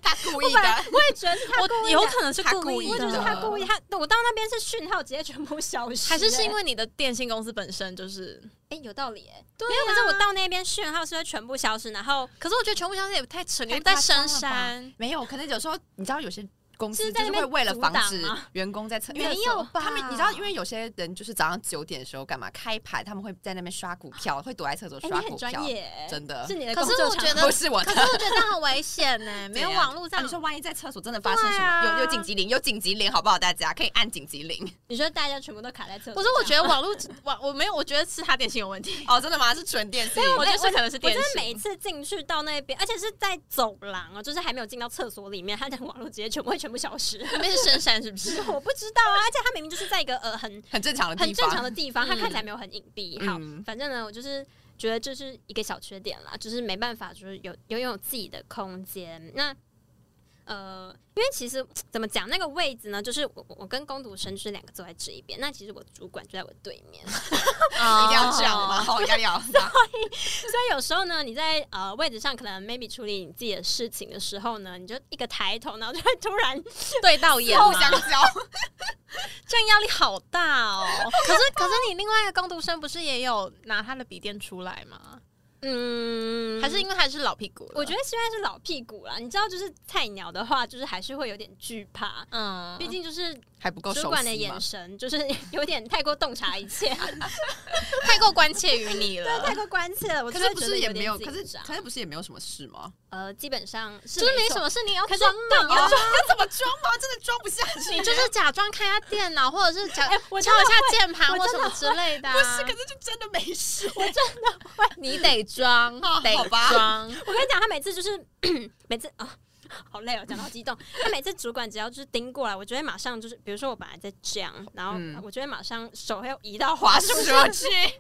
Speaker 2: 他故意
Speaker 3: 不然
Speaker 2: 的，
Speaker 3: 我也觉得是他故
Speaker 1: 我
Speaker 3: 意
Speaker 1: 有
Speaker 3: 的。
Speaker 1: 可能是
Speaker 2: 他
Speaker 1: 故
Speaker 2: 故
Speaker 1: 意
Speaker 2: 意
Speaker 3: 我
Speaker 1: 的，
Speaker 3: 觉得是他故
Speaker 2: 意
Speaker 3: 意，他我到那边是讯号直接全部消失、
Speaker 1: 还是是
Speaker 3: 欸
Speaker 1: 因为你的电信公司本身就是，
Speaker 3: 哎、有道理哎、
Speaker 1: 欸
Speaker 3: 对、没有，可是我到那边讯号是会全部消失，然后
Speaker 1: 可是我觉得全部相信也太扯，你
Speaker 2: 太
Speaker 1: 们在
Speaker 2: 夸张
Speaker 1: 深
Speaker 2: 了吧
Speaker 3: 哎
Speaker 1: 山，
Speaker 2: 没有，可能有时候你知道有些。公司
Speaker 3: 是
Speaker 2: 就
Speaker 3: 在
Speaker 2: 是
Speaker 3: 那
Speaker 2: 会
Speaker 3: 边
Speaker 2: 为了
Speaker 3: 阻
Speaker 2: 防
Speaker 3: 挡
Speaker 2: 止
Speaker 3: 吗
Speaker 2: 员工在厕，
Speaker 1: 没有吧
Speaker 2: 他们你知道，因为有些人就是早上九点的时候干嘛开牌，他们会在那边刷股票，会躲在厕所
Speaker 3: 哎、
Speaker 2: 刷
Speaker 3: 你
Speaker 2: 股
Speaker 3: 很
Speaker 2: 票，
Speaker 3: 专业、欸，
Speaker 2: 真的
Speaker 3: 是你的
Speaker 1: 可
Speaker 3: 工
Speaker 1: 是
Speaker 3: 作
Speaker 1: 我
Speaker 3: 场
Speaker 1: 觉
Speaker 3: 合
Speaker 1: 得
Speaker 2: 不是我
Speaker 1: 可
Speaker 2: 的。
Speaker 1: 是我觉得很危险欸呢， 没有
Speaker 2: 怎样
Speaker 1: 网络
Speaker 2: 啊
Speaker 1: 上
Speaker 2: 你说万一在厕所真的发生
Speaker 1: 对
Speaker 2: 什么，
Speaker 1: 啊
Speaker 2: 有有紧急铃，有紧急铃，好不好？大家可以按紧急铃。
Speaker 3: 你说大家全部都卡在厕所上，
Speaker 1: 不是，我觉得网络网我没有，我觉得是他电信有问题。
Speaker 2: 哦，真的吗？是纯电视。
Speaker 1: 我觉得是可能是
Speaker 3: 我
Speaker 1: 电
Speaker 3: 真
Speaker 1: 信
Speaker 3: 的。每一次进去到那边，而且是在走廊哦，就是还没有进到厕所里面，它的网络直接全部会全部消失。
Speaker 1: 那边是深山是不 是？
Speaker 3: 我不知道啊，而且它明明就是在一个呃很
Speaker 2: 很正常的地方，
Speaker 3: 很正常的地方，
Speaker 1: 嗯
Speaker 3: 它看起来没有很隐蔽。好
Speaker 2: 嗯，
Speaker 3: 反正呢，我就是觉得这是一个小缺点啦，就是没办法，就是有有拥有自己的空间。那呃，因为其实怎么讲那个位置呢，就是我我我跟工读生就是两个坐在这一边，那其实我主管就在我对面，
Speaker 2: 一
Speaker 3: 所
Speaker 1: 一
Speaker 2: 定要这样
Speaker 3: 哦
Speaker 2: 吗？？好压力 好大。
Speaker 3: 以有时候呢，你在呃位置上可能 maybe 处理你自己的事情的时候呢，你就一个抬头，然后就会突然
Speaker 1: 对到眼吗，
Speaker 2: 互相交，
Speaker 1: 这样压力好 大哦。可是可是你另外一个工读生不是也有拿他的笔电出来吗？
Speaker 3: 嗯，
Speaker 1: 还是因为他是老屁股了？
Speaker 3: 我觉得虽然是老屁股啦，你知道，就是菜鸟的话，就是还是会有点惧怕，
Speaker 1: 嗯，
Speaker 3: 毕竟就是
Speaker 2: 还不够熟
Speaker 3: 主
Speaker 2: 悉
Speaker 3: 管的
Speaker 2: 吗
Speaker 3: 眼神就是有点太过洞察 一切，
Speaker 1: 太过关切于你了，
Speaker 3: 啊太过关切了。我
Speaker 2: 可
Speaker 3: 就是会
Speaker 2: 不
Speaker 3: 觉
Speaker 2: 是
Speaker 3: 得
Speaker 2: 也
Speaker 3: 有
Speaker 2: 没
Speaker 3: 点
Speaker 2: 有，可是
Speaker 3: 紧张
Speaker 2: 可是不是也没有什么事吗？
Speaker 3: 呃，基本上是
Speaker 1: 就是
Speaker 3: 没
Speaker 1: 没
Speaker 3: 错
Speaker 1: 什么事，你要
Speaker 3: 可是
Speaker 1: 装
Speaker 3: 但
Speaker 1: 嘛，
Speaker 3: 要
Speaker 2: 他 怎么装吗？真的装不下去。
Speaker 1: 你就是假装看一下电脑，或者是假
Speaker 3: 哎我
Speaker 1: 敲
Speaker 3: 真的
Speaker 1: 一下键盘
Speaker 3: 我
Speaker 1: 或
Speaker 3: 真
Speaker 1: 什
Speaker 3: 的
Speaker 1: 么之类的啊。
Speaker 2: 不是，可是就真的没事。
Speaker 1: 你得装
Speaker 2: 哦，
Speaker 1: 得
Speaker 2: 好吧
Speaker 1: 装。
Speaker 3: 我跟你讲，他每次就是 每次啊、好累哦，讲的好 激动。他每次主管只要就是盯过来，我就会马上就是，比如说我本来在这样，然后
Speaker 2: 嗯
Speaker 3: 我就会马上手会移到滑
Speaker 2: 滑
Speaker 3: 鼠
Speaker 2: 鼠
Speaker 3: 上
Speaker 2: 上
Speaker 3: 去，
Speaker 2: 去，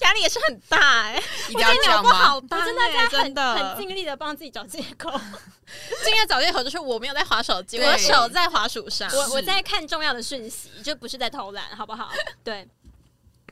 Speaker 1: 压力也是很大哎、
Speaker 2: 一定要这样
Speaker 1: 我
Speaker 2: 吗？
Speaker 1: 好当
Speaker 3: 真的
Speaker 1: 哎、
Speaker 3: 在
Speaker 1: 真
Speaker 3: 很
Speaker 1: 的
Speaker 3: 很尽力的帮自己找借 口。
Speaker 1: 今天早借口就是我没有在划手机，
Speaker 2: 对
Speaker 1: 我的手在滑鼠上。
Speaker 3: 我我
Speaker 2: 是
Speaker 3: 在看重要的讯息，就不是在偷懒，好 不好？对。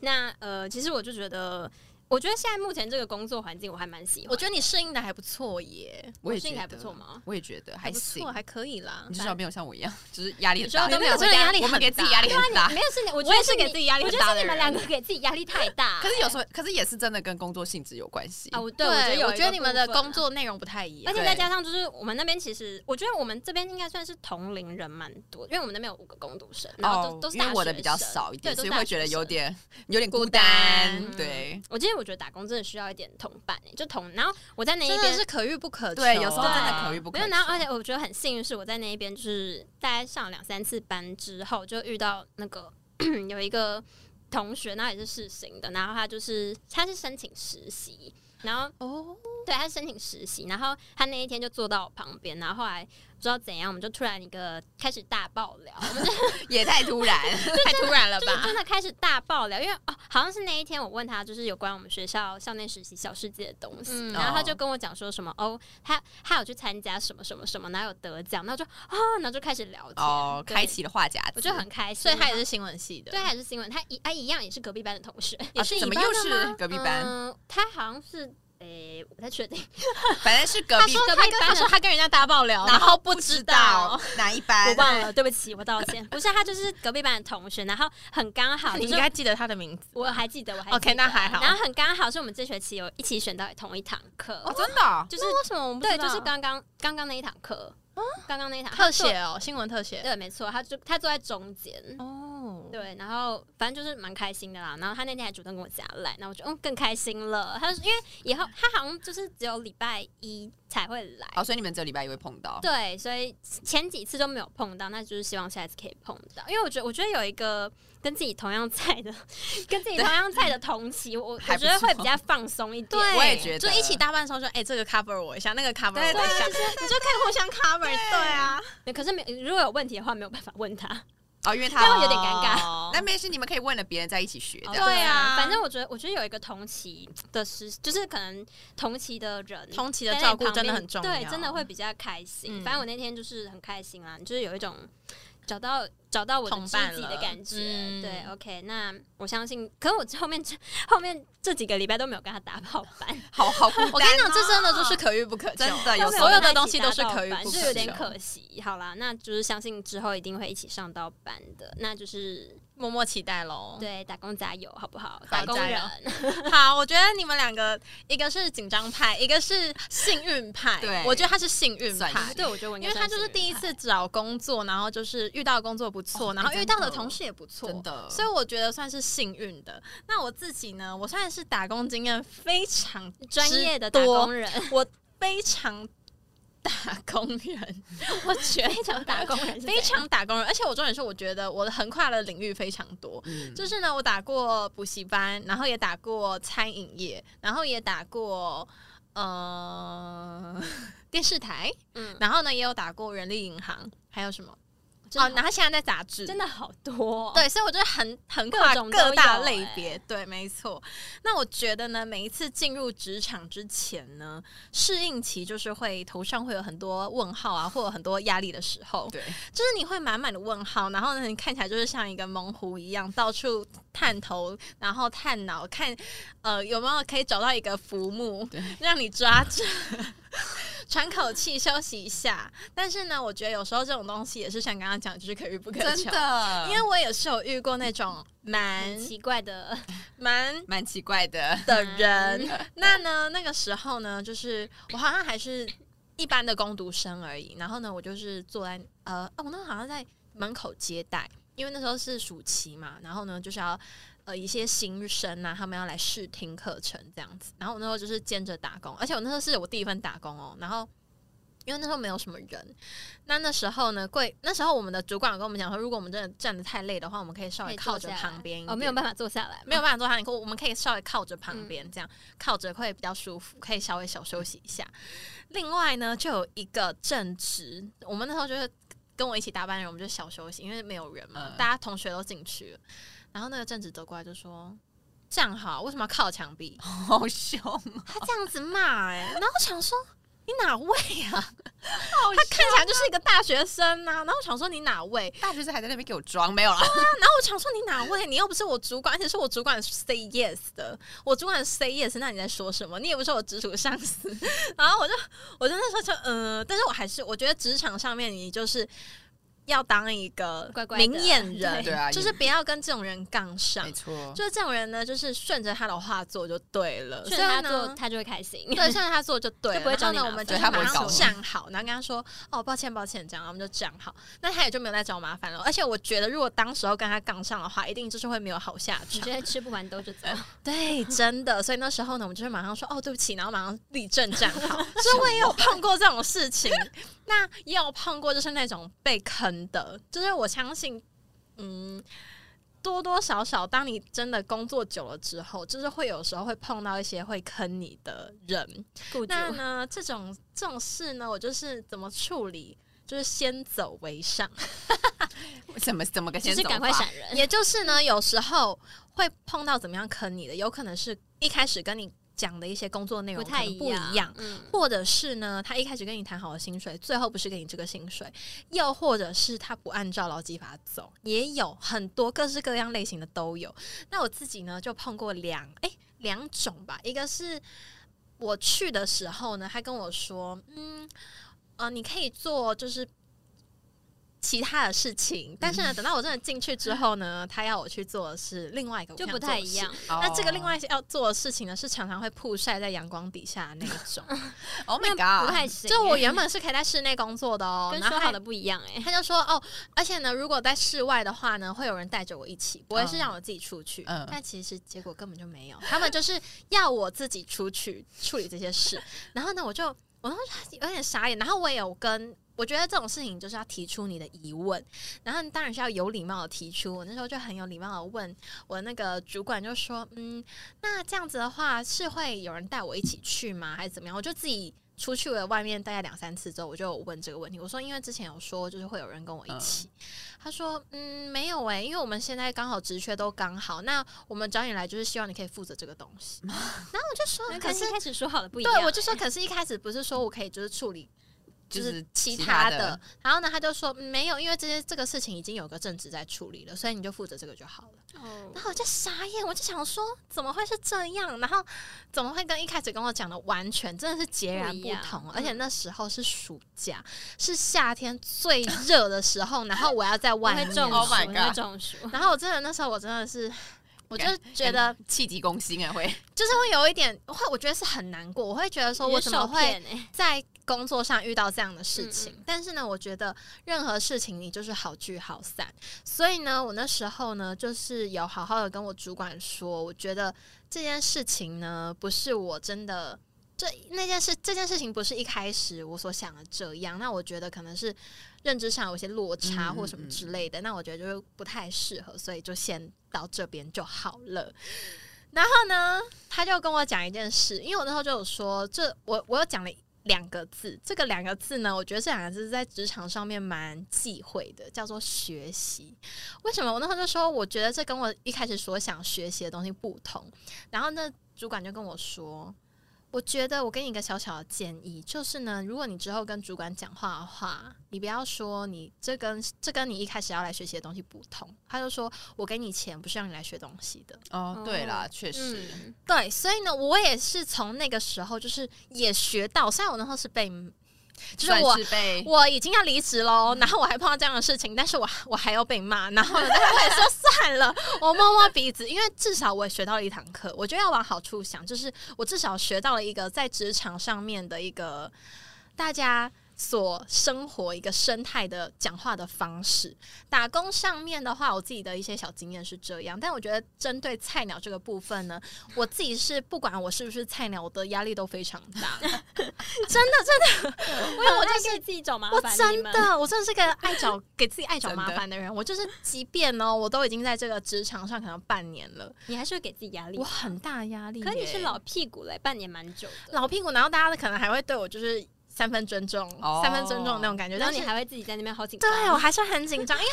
Speaker 3: 那呃，其实我就觉得，我觉得现在目前这个工作环境我还蛮喜欢。
Speaker 1: 我觉得你适应的还不错耶，
Speaker 2: 我也
Speaker 3: 适
Speaker 2: 觉
Speaker 3: 应
Speaker 2: 得
Speaker 3: 还不错吗？
Speaker 2: 我也觉得还
Speaker 1: 不
Speaker 2: 行
Speaker 3: 啊
Speaker 1: 错，。还可以啦
Speaker 2: 你。至少没有像我一样，就是压力很
Speaker 1: 你
Speaker 2: 大。
Speaker 1: 知道没有
Speaker 2: 我
Speaker 1: 这个压力很大
Speaker 2: 我们给自己压力很大。
Speaker 3: 没有啊是你，我觉
Speaker 1: 我也
Speaker 3: 得
Speaker 1: 是给
Speaker 3: 你
Speaker 1: 自己压力
Speaker 3: 我
Speaker 1: 很
Speaker 3: 觉
Speaker 1: 大
Speaker 3: 得
Speaker 1: 的
Speaker 3: 是你们
Speaker 1: 人
Speaker 3: 两个给自己压力太大、
Speaker 2: 可是有时候，可是也是真的跟工作性质有关系
Speaker 3: 啊，。我对
Speaker 1: 对，
Speaker 3: 我觉得有
Speaker 1: 我
Speaker 3: 一
Speaker 1: 觉得
Speaker 3: 个
Speaker 1: 你
Speaker 3: 部
Speaker 1: 们的
Speaker 3: 分啊
Speaker 1: 工作内容不太一
Speaker 3: 而
Speaker 1: 样。
Speaker 3: 且
Speaker 2: 对
Speaker 3: 再加上就是我们那边其实，我觉得我们这边应该算是同龄人蛮多，因为我们那边有五个工读生，然后都、
Speaker 2: 哦
Speaker 3: 都是
Speaker 2: 因
Speaker 3: 大
Speaker 2: 为
Speaker 3: 学
Speaker 2: 我的比较
Speaker 3: 生
Speaker 2: 少一点，
Speaker 3: 对都
Speaker 2: 所以
Speaker 3: 是大
Speaker 2: 会觉得
Speaker 3: 学
Speaker 2: 有
Speaker 3: 生嗯
Speaker 2: 点有点
Speaker 1: 孤
Speaker 2: 孤
Speaker 1: 单
Speaker 2: 单。对
Speaker 3: 我其实我觉得打工真的需要一点同伴、欸就同。然后我在那一
Speaker 1: 真的
Speaker 3: 边
Speaker 1: 是可遇不可求。啊
Speaker 2: 对，有时候真
Speaker 3: 对
Speaker 2: 的可遇不
Speaker 3: 没
Speaker 2: 可
Speaker 3: 有，
Speaker 2: 求。
Speaker 3: 然后而且我觉得很幸运，是我在那一边就是大概上两三次班之后，就遇到那个 有一个同学，那也是世新的，然后他就是他是申请实习，然后
Speaker 1: 哦，
Speaker 3: 对他申请实习，然后他那一天就坐到我旁边，然后后来不知道怎样，我们就突然一个开始大爆 聊，我们就
Speaker 2: 也太突然，
Speaker 1: 太突然了吧？
Speaker 3: 真的开始大爆聊，因为哦，好像是那一天我问他就是有关我们学校校内实习小世界的东西，
Speaker 1: 嗯
Speaker 3: 然后他就跟我讲说什么哦，他他有去参加什么什么什么，然后有得奖，那我就哦，然后就开始聊天，
Speaker 2: 哦，
Speaker 3: 对
Speaker 2: 开启了话匣子。
Speaker 3: 我就很开心，
Speaker 1: 所以他也是
Speaker 3: 然后。
Speaker 1: 新闻系的。
Speaker 3: 对，还是新闻，他一他一样也是隔壁班的同学，
Speaker 1: 也是
Speaker 2: 啊怎
Speaker 1: 你
Speaker 2: 么
Speaker 1: 班
Speaker 2: 又
Speaker 1: 的
Speaker 2: 是
Speaker 1: 吗
Speaker 2: 隔壁班？
Speaker 3: 嗯，他好像是诶、我不太确定，
Speaker 2: 反正是隔
Speaker 1: 他
Speaker 2: 壁
Speaker 1: 说，
Speaker 3: 隔
Speaker 1: 他
Speaker 3: 壁
Speaker 1: 跟
Speaker 3: 班
Speaker 1: 他
Speaker 3: 的
Speaker 1: 说他跟人家打爆聊，
Speaker 2: 然
Speaker 1: 后
Speaker 2: 后
Speaker 1: 不
Speaker 2: 不
Speaker 1: 知
Speaker 2: 知道哪一班
Speaker 3: 我。忘了，对不起，我道歉。不是，他就是隔壁班的同学，然后很刚好，
Speaker 1: 你应
Speaker 3: 就是
Speaker 1: 该记得他的名字。
Speaker 3: 我还记得，我还
Speaker 1: OK，
Speaker 3: 记得
Speaker 1: 那还好
Speaker 3: 然后很刚好是我们这学期有一起选到同一堂课，
Speaker 2: 哦，真的哦
Speaker 3: 就是
Speaker 1: 为什么我们
Speaker 3: 对，就是刚刚刚刚那一堂课，刚刚那一堂
Speaker 1: 哦特，
Speaker 3: 他
Speaker 1: 写哦，新闻特
Speaker 3: 坐
Speaker 1: 写
Speaker 3: 对，没错，他就他坐在中间。
Speaker 1: 哦，
Speaker 3: 对，然后反正就是蛮开心的啦。然后他那天还主动跟我加来，那我就嗯更开心了。他说因为以后他好像就是只有礼拜一才会来，
Speaker 2: 好，哦所以你们这礼拜也会碰到。
Speaker 3: 对，所以前几次都没有碰到，那就是希望下一次可以碰到。因为我觉得，我觉得有一个跟自己同样菜的， 跟自己同样菜的同期，我我
Speaker 2: 还
Speaker 3: 觉
Speaker 2: 不
Speaker 3: 得会
Speaker 2: 错
Speaker 3: 比较放松一点。
Speaker 1: 对，
Speaker 2: 我也觉得
Speaker 1: 就一起搭班的时候说，哎，这个 cover 我一下，那个 cover 我
Speaker 2: 对
Speaker 1: 一
Speaker 2: 对
Speaker 1: 下，你就可以互相 cover。对啊，
Speaker 3: 对，可是没如果有问题的话，没有办法问他。
Speaker 2: 哦，因为
Speaker 3: 这样
Speaker 2: 他
Speaker 3: 有点尴尬
Speaker 1: 尬
Speaker 2: 那没事，你们可以问了别人在一起学
Speaker 1: 哦
Speaker 2: 的。
Speaker 1: 对啊
Speaker 3: 反正我觉得，我觉得有一个同期的时，就是可能同期的人。
Speaker 1: 同期的照顾真的很重要，
Speaker 3: 对，真的会比较开心。
Speaker 1: 嗯
Speaker 3: 反正我那天就是很开心啦，就是有一种找到找到我的
Speaker 1: 同
Speaker 3: 知
Speaker 1: 伴
Speaker 3: 己的
Speaker 1: 了
Speaker 3: 感觉。
Speaker 1: 嗯
Speaker 3: 对，OK，那我相信，可是我后面这后面这几个礼拜都没有跟他打跑班，
Speaker 2: 好好孤单哦。
Speaker 1: 我跟你讲，这真的就是可遇不可求，
Speaker 2: 真的
Speaker 3: 都
Speaker 2: 有
Speaker 3: 没
Speaker 2: 时
Speaker 1: 所
Speaker 2: 候
Speaker 1: 有
Speaker 3: 跟
Speaker 1: 的
Speaker 3: 他
Speaker 1: 东
Speaker 3: 一起
Speaker 1: 西
Speaker 3: 搭
Speaker 1: 都是
Speaker 3: 到
Speaker 1: 可遇
Speaker 3: 班
Speaker 1: 不
Speaker 3: 就
Speaker 1: 可
Speaker 3: 有点
Speaker 1: 求
Speaker 3: 可惜。好啦，那就是相信之后一定会一起上到班的，那就是
Speaker 1: 默默期待喽。
Speaker 3: 对打工加油，好不好？
Speaker 1: 哦好
Speaker 3: 打工
Speaker 1: 加
Speaker 3: 人
Speaker 1: 油，好，我觉得你们两个，一个是紧张派，一个是幸运派。
Speaker 2: 对
Speaker 1: 我觉得他是幸运
Speaker 2: 算
Speaker 1: 派
Speaker 2: 是。
Speaker 3: 对我觉得我应
Speaker 1: 因
Speaker 3: 该
Speaker 1: 为他
Speaker 3: 算
Speaker 1: 就是
Speaker 3: 人
Speaker 1: 第一
Speaker 3: 才
Speaker 1: 次找工作，然后就是遇到工作不错，
Speaker 2: 哦
Speaker 1: 然后
Speaker 2: 哎
Speaker 1: 遇
Speaker 2: 真
Speaker 1: 到的
Speaker 2: 的
Speaker 1: 同事也不错，
Speaker 2: 真的
Speaker 1: 所以我觉得算是幸运的。那我自己呢，我虽然是打工经验非常
Speaker 3: 专
Speaker 1: 之
Speaker 3: 业的打
Speaker 1: 多
Speaker 3: 工人，
Speaker 1: 我非常打工人， 我觉得
Speaker 3: 非常打工人是啊怎
Speaker 1: 非
Speaker 3: 样，
Speaker 1: 常打工人，而且我重点是，我觉得我的横跨了领域非常多。
Speaker 2: 嗯
Speaker 1: 就是呢，我打过补习班，然后也打过餐饮业，然后也打过呃电视台，
Speaker 3: 嗯，
Speaker 1: 然后呢也有打过人力银行，还有什么？
Speaker 3: 真
Speaker 1: 哦，
Speaker 3: 的
Speaker 1: 然后现在在杂志，
Speaker 3: 真的好多哦、
Speaker 1: 对，所以我就是很很
Speaker 3: 各
Speaker 1: 跨
Speaker 3: 种都
Speaker 1: 各大
Speaker 3: 有
Speaker 1: 类
Speaker 3: 欸
Speaker 1: 别，哎对，没错。那我觉得呢，每一次进入职场之前呢，适应期就是会头上会有很多问号啊，或有很多压力的时候，
Speaker 2: 对，
Speaker 1: 就是你会满满的问号，然后呢，你看起来就是像一个猛虎一样，到处探头，然后探脑， 看呃有没有可以找到一个浮木
Speaker 2: 对，
Speaker 1: 让你抓着。 喘口气休息一下。但是呢，我觉得有时候这种东西也是像刚刚讲，就是可遇不可
Speaker 2: 真
Speaker 1: 求。
Speaker 2: 的，
Speaker 1: 因为我也是有遇过那种蛮
Speaker 3: 很奇怪的，
Speaker 1: 蛮
Speaker 2: 蛮奇怪的，
Speaker 1: 的人。那呢，那个时候呢，就是我好像还是一般的工读生而已。然后呢，我就是坐在呃，哦，我那时候好像在门口接待，因为那时候是暑期嘛。然后呢，就是要呃一些新生啊，他们要来试听课程这样子。然后我那时候就是兼着打工，而且我那时候是我第一份打工哦。然后。因为那时候没有什么人，那那时候呢，贵那时候我们的主管有跟我们讲说，如果我们真的站得太累的话，我们可以稍
Speaker 3: 可
Speaker 1: 微
Speaker 3: 以
Speaker 1: 靠着
Speaker 3: 坐下来
Speaker 1: 旁边一
Speaker 3: 哦，没
Speaker 1: 点
Speaker 3: 有办法坐下来，
Speaker 1: 没有办法坐他，可我们可以稍微靠着旁边，这样、靠着会比较舒服，可以稍微小休息一下。另外呢，就有一个正职，我们那时候就是跟我一起搭班的人，我们就小休息，因为没有人嘛，
Speaker 2: 嗯
Speaker 1: 大家同学都进去了。然后那个正职走过来就说：“这样好，为什么要靠墙壁？”
Speaker 2: 好凶，哦
Speaker 1: 他这样子骂哎、然后我想说你哪位啊？他看起来就是一个大学生啊 呐、然后我想说你哪位？
Speaker 2: 大学生还在那边给我装，没有啦，
Speaker 1: 然后我想说你哪位？你又不是我主管，而且是我主管 say yes 的，我主管 say yes，那你在说什么？你也不是我直属上司。然后我就，我就那时候就，嗯、但是我还是我觉得职场上面你就是要当一个
Speaker 3: 乖乖的
Speaker 1: 明眼人，
Speaker 2: 对啊
Speaker 1: 就是不要跟这种人杠上
Speaker 2: 没。错，
Speaker 1: 就是这种人呢，就是顺着他的话做就对了，
Speaker 3: 劝他
Speaker 1: 虽然呢
Speaker 3: 做，他就会开心。
Speaker 1: 对，像他做就对了，
Speaker 3: 就不会找
Speaker 1: 然后
Speaker 3: 你
Speaker 1: 呢，
Speaker 3: 麻
Speaker 1: 我们
Speaker 3: 烦
Speaker 1: 就
Speaker 2: 对
Speaker 1: 是
Speaker 2: 他不会
Speaker 1: 马上
Speaker 2: 搞你
Speaker 1: 站好，然后跟他说：“哦，抱歉，抱歉，这样。”我们就站好，那他也就没有再找我麻烦了。而且我觉得，如果当时候跟他杠上的话，一定就是会没有好下
Speaker 3: 你
Speaker 1: 场
Speaker 3: 觉。得吃不完兜着走，
Speaker 1: 对，真的。所以那时候呢，我们就是马上说：“哦，对不起。”然后马 上立正站好。所以我也有碰过这种事情，那也有碰过就是那种被坑的，就是我相信，嗯。多多少少，当你真的工作久了之后，就是会有时候会碰到一些会坑你的人，
Speaker 3: 雇主
Speaker 1: 那呢，这种这种事呢，我就是怎么处理？就是先走为上，
Speaker 2: 怎么怎么个
Speaker 3: 就
Speaker 2: 先
Speaker 3: 是
Speaker 2: 走
Speaker 3: 赶快
Speaker 2: 法
Speaker 3: 闪人。
Speaker 1: 也就是呢，有时候会碰到怎么样坑你的，有可能是一开始跟你讲的一些工作内容
Speaker 3: 不太
Speaker 1: 可能
Speaker 3: 一
Speaker 1: 不一样，
Speaker 3: 嗯，
Speaker 1: 或者是呢，他一开始跟你谈好的薪水，最后不是给你这个薪水，又或者是他不按照劳基法走，也有很多各式各样类型的都有。那我自己呢，就碰过两诶两种吧，一个是我去的时候呢，他跟我说，嗯，呃，你可以做就是。其他的事情，但是呢，等到我真的进去之后呢，他要我去做的是另外一个我
Speaker 3: 就
Speaker 1: 想
Speaker 3: 不
Speaker 1: 做
Speaker 3: 太
Speaker 1: 的
Speaker 3: 一
Speaker 1: 事
Speaker 3: 样。
Speaker 2: 哦
Speaker 1: 那这个另外要做的事情呢，是常常会曝晒在阳光底下的那一种。
Speaker 2: ，Oh
Speaker 3: 那
Speaker 2: my god，
Speaker 3: 不太行。
Speaker 1: 就我原本是可以在室内工作的哦，
Speaker 3: 跟
Speaker 1: 然后
Speaker 3: 说
Speaker 1: 他
Speaker 3: 好的。不一样哎，
Speaker 1: 他就说哦，而且呢，如果在室外的话呢，会有人带着我一起，不会是
Speaker 2: 嗯
Speaker 1: 让我自己出去。
Speaker 2: 嗯
Speaker 1: 但其实结果根本就没有，他们就是要我自己出去处理这些事。然后呢，我就我当时有点傻眼。然后我也有跟，我觉得这种事情就是要提出你的疑问，然后当然是要有礼貌的提出。我那时候就很有礼貌的问我那个主管，就说嗯，那这样子的话是会有人带我一起去吗，还是怎么样？我就自己出去了外面大概两三次之后，我就有问这个问题。我说，因为之前有说就是会有人跟我一起，他说嗯没有诶、因为我们现在刚好职缺都刚好，那我们找你来就是希望你可以负责这个东西。然后我就说，可
Speaker 3: 跟
Speaker 1: 是
Speaker 3: 一。开始说好的不一样。欸
Speaker 1: 对，我就说，可是一开始不是说我可以就是处理
Speaker 2: 就
Speaker 1: 就是
Speaker 2: 是
Speaker 1: 其
Speaker 2: 他
Speaker 1: 他的，，然后呢，他就说嗯没有，因为这些这个事情已经有个正职在处理了，所以你就负责这个就好了。
Speaker 3: 哦
Speaker 1: 然后我就傻眼，我就想说怎么会是这样？然后怎么会跟一开始跟我讲的完全真的是截然
Speaker 3: 不一
Speaker 1: 不
Speaker 3: 样
Speaker 1: 同？
Speaker 3: 嗯
Speaker 1: 而且那时候是暑假，是夏天最热的时候，然后我要在
Speaker 3: 我
Speaker 1: 外
Speaker 3: 会
Speaker 1: 面，
Speaker 3: 中暑，
Speaker 2: Oh my
Speaker 3: 我会
Speaker 2: god
Speaker 3: 中暑。
Speaker 1: 然后我真的那时候我真的是，我就觉得
Speaker 2: 气急攻心啊，会
Speaker 1: 就是会有一点会，我觉得是很难过，我会觉得说
Speaker 3: 你
Speaker 1: 我
Speaker 3: 是
Speaker 1: 怎么
Speaker 3: 受
Speaker 1: 会
Speaker 3: 骗欸
Speaker 1: 在工作上遇到这样的事情，
Speaker 3: 嗯
Speaker 1: 但是呢，我觉得任何事情你就是好聚好散，所以呢，我那时候呢，就是有好好的跟我主管说，我觉得这件事情呢，不是我真的。这那件事，这件事情不是一开始我所想的这样。那我觉得可能是认知上有一些落差
Speaker 2: 嗯
Speaker 1: 或什么
Speaker 2: 嗯
Speaker 1: 之类的。那我觉得就是不太适合，所以就先到这边就好了。然后呢，他就跟我讲一件事，因为我那时候就有说，这我我有讲了两个字，这个两个字呢，我觉得这两个字在职场上面蛮忌讳的，叫做学习。为什么？我那时候就说，我觉得这跟我一开始所想学习的东西不同。然后呢，主管就跟我说。我觉得我给你一个小小的建议，就是呢，如果你之后跟主管讲话的话，你不要说你这跟这跟你一开始要来学习的东西不同。他就说，我给你钱不是让你来学东西的，
Speaker 2: 哦，对啦，
Speaker 3: 哦
Speaker 2: 确实，
Speaker 3: 嗯，
Speaker 1: 对，所以呢，我也是从那个时候就是也学到，虽然我那时候是被就是我
Speaker 2: 算是被
Speaker 1: 我已经要离职喽，然后我还碰到这样的事情，但是我我还要被骂，然后呢， 但是我也说算了，我摸摸鼻子，因为至少我也学到了一堂课，我觉得要往好处想，就是我至少学到了一个在职场上面的一个大家。所生活一个生态的讲话的方式，打工上面的话，我自己的一些小经验是这样，但我觉得针对菜鸟这个部分呢，我自己是不管我是不是菜鸟，我的压力都非常大，真的真的，因为我就是
Speaker 3: 是自己找麻
Speaker 1: 我
Speaker 3: 烦，你
Speaker 1: 真
Speaker 3: 们
Speaker 1: 的，我真的是个爱找给自己爱找
Speaker 2: 真
Speaker 1: 麻
Speaker 2: 的
Speaker 1: 烦 的人。我就是，即便呢，我都已经在这个职场上可能半年了，
Speaker 3: 你还是会给自己压力
Speaker 1: 我。很大压力耶。
Speaker 3: 可你是老屁股嘞，半年蛮久的，
Speaker 1: 老屁股，然后大家可能还会对我就是三分尊重，
Speaker 2: 哦
Speaker 1: 三分尊重的那种感觉。
Speaker 3: 然
Speaker 1: 但
Speaker 3: 后
Speaker 1: 是
Speaker 3: 你还会自己在那边好紧张。
Speaker 1: 对我还是很紧张，因为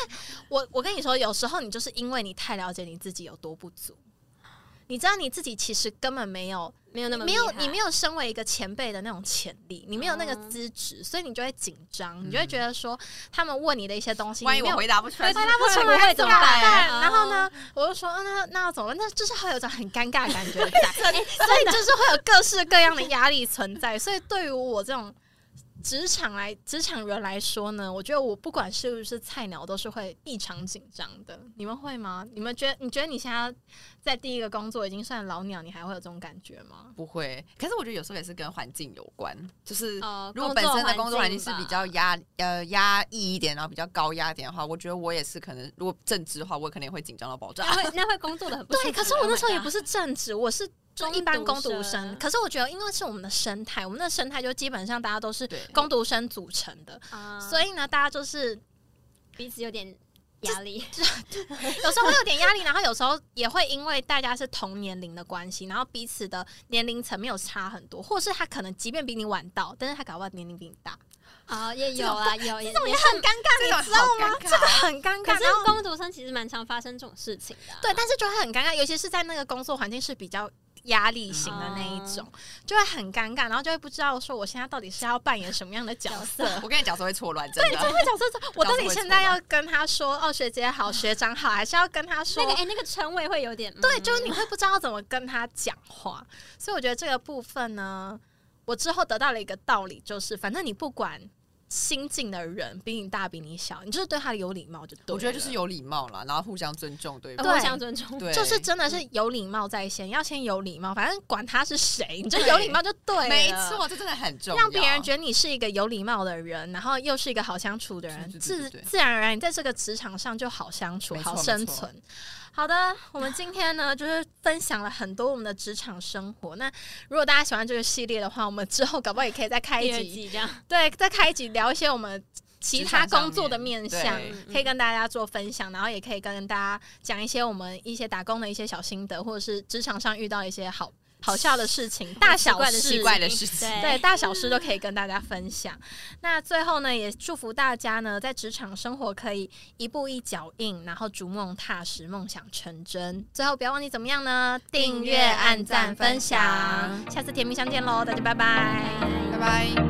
Speaker 1: 我我跟你说，有时候你就是因为你太了解你自己有多不足。你知道你自己其实根本没有
Speaker 3: 没有那么
Speaker 1: 没有
Speaker 3: 厉害
Speaker 1: 你没有身为一个前辈的那种潜力，你没有那个
Speaker 3: 哦
Speaker 1: 资质，所以你就会紧张，你就会觉得说他们问你嗯的一些东西，
Speaker 2: 万一
Speaker 1: 你没
Speaker 2: 我
Speaker 1: 有
Speaker 2: 回答不出来，
Speaker 3: 回
Speaker 1: 答不出来
Speaker 3: 不会
Speaker 1: 怎
Speaker 3: 怎
Speaker 1: 么
Speaker 3: 么
Speaker 1: 办？嗯
Speaker 3: 办
Speaker 1: 然后呢，我就说，啊那那要怎么办？那就是会有一种很尴尬的感 觉在，所以就是会有各式各样的压力存在。所以对于我这种职场来职场人来说呢，我觉得我不管是不是菜鸟，都是会异常紧张的。你们会吗？你们觉得你觉得你现在在第一个工作已经算老鸟，你还会有这种感觉吗？
Speaker 2: 不会。可是我觉得有时候也是跟环境有关，就是
Speaker 3: 哦
Speaker 2: 如果本身的工作环境
Speaker 3: 吧
Speaker 2: 是比较压呃压抑一点，然后比较高压一点的话，我觉得我也是可能，如果正职的话，我可能也会紧张到爆炸。
Speaker 3: 那会那会工作的很不舒服
Speaker 1: 对，可是我，Oh 那时候也不
Speaker 3: 是
Speaker 1: 是正职，我是就一般工读生。可是我觉得，因为是我们的生态，我们的生态就基本上大家都是
Speaker 2: 对
Speaker 1: 工读生组成的，所
Speaker 3: 以
Speaker 1: 以呢，大家就是
Speaker 3: 彼此有点压力。
Speaker 1: 有时候会有点压力，然后有时候也会因为大家是同年龄的关系，然后彼此的年龄层没有差很多，或是他可能即便比你晚到，但是他搞不好年龄比你大，
Speaker 3: 啊，也有啊，有也也
Speaker 1: 很尴尬，
Speaker 2: 这种
Speaker 1: 你知道
Speaker 2: 好
Speaker 1: 吗？
Speaker 2: 尴
Speaker 1: 这
Speaker 2: 尬
Speaker 1: 个很尴
Speaker 3: 可
Speaker 1: 尬，
Speaker 3: 是
Speaker 1: 然后
Speaker 3: 工读生其实蛮常发生这种事情的啊、
Speaker 1: 对，但是就会很尴尬，尤其是在那个工作环境是比较。压力型的那一种，
Speaker 2: 啊
Speaker 1: 就会很尴尬，然后就会不知道说我现在到底是要扮演什么样的角 色。
Speaker 2: 我跟你讲，说会错乱，真的。
Speaker 1: 那角色是，我到底现在要跟他说哦学姐好，学长好，还是要跟他说
Speaker 3: 那个哎、那个称谓会有点
Speaker 1: 对，
Speaker 3: 嗯
Speaker 1: 就是你会不知道怎么跟他讲话，所以我觉得这个部分呢，我之后得到了一个道理，就是反正你不管新进的人比你大比你小，你就是对他有礼貌就对了。
Speaker 2: 我觉得就是有礼貌啦，然后互相尊重对方。
Speaker 1: 对
Speaker 3: 互相呃尊重。
Speaker 2: 对，
Speaker 1: 就是真的是
Speaker 2: 嗯
Speaker 1: 有礼貌在先，要先有礼貌，反正管他是谁，你就有礼貌就对了。
Speaker 2: 没，错，这真的很重要。
Speaker 1: 让别人觉得你是一个有礼貌的人，然后又是一个好相处的人，
Speaker 2: 对对对
Speaker 1: 自
Speaker 2: 对对
Speaker 1: 自然而然你在这个职场上就好相处、
Speaker 2: 没错
Speaker 1: 好生存。好的，我们今天呢，就是分享了很多我们的职场生活。那如果大家喜欢这个系列的话，我们之后搞不好也可以再开
Speaker 3: 第二
Speaker 1: 一集，
Speaker 3: 集这样，
Speaker 1: 对，再开一集聊一些我们其他工作的面
Speaker 2: 职场
Speaker 1: 向
Speaker 2: 上面，
Speaker 3: 对
Speaker 1: 可以跟大家做分享，然后也可以跟大家讲一些我们一些打工的一些小心得，或者是职场上遇到一些好好笑的事情、大小
Speaker 3: 怪的
Speaker 1: 事、
Speaker 2: 奇怪的事情。
Speaker 3: 对
Speaker 1: 对，大小事都可以跟大家分享。那最后呢，也祝福大家呢，在职场生活可以一步一脚印，然后逐梦踏实，梦想成真。最后不要忘记怎么样呢？订阅、按赞、分享，下次甜蜜相见喽，大家拜拜
Speaker 2: 拜拜。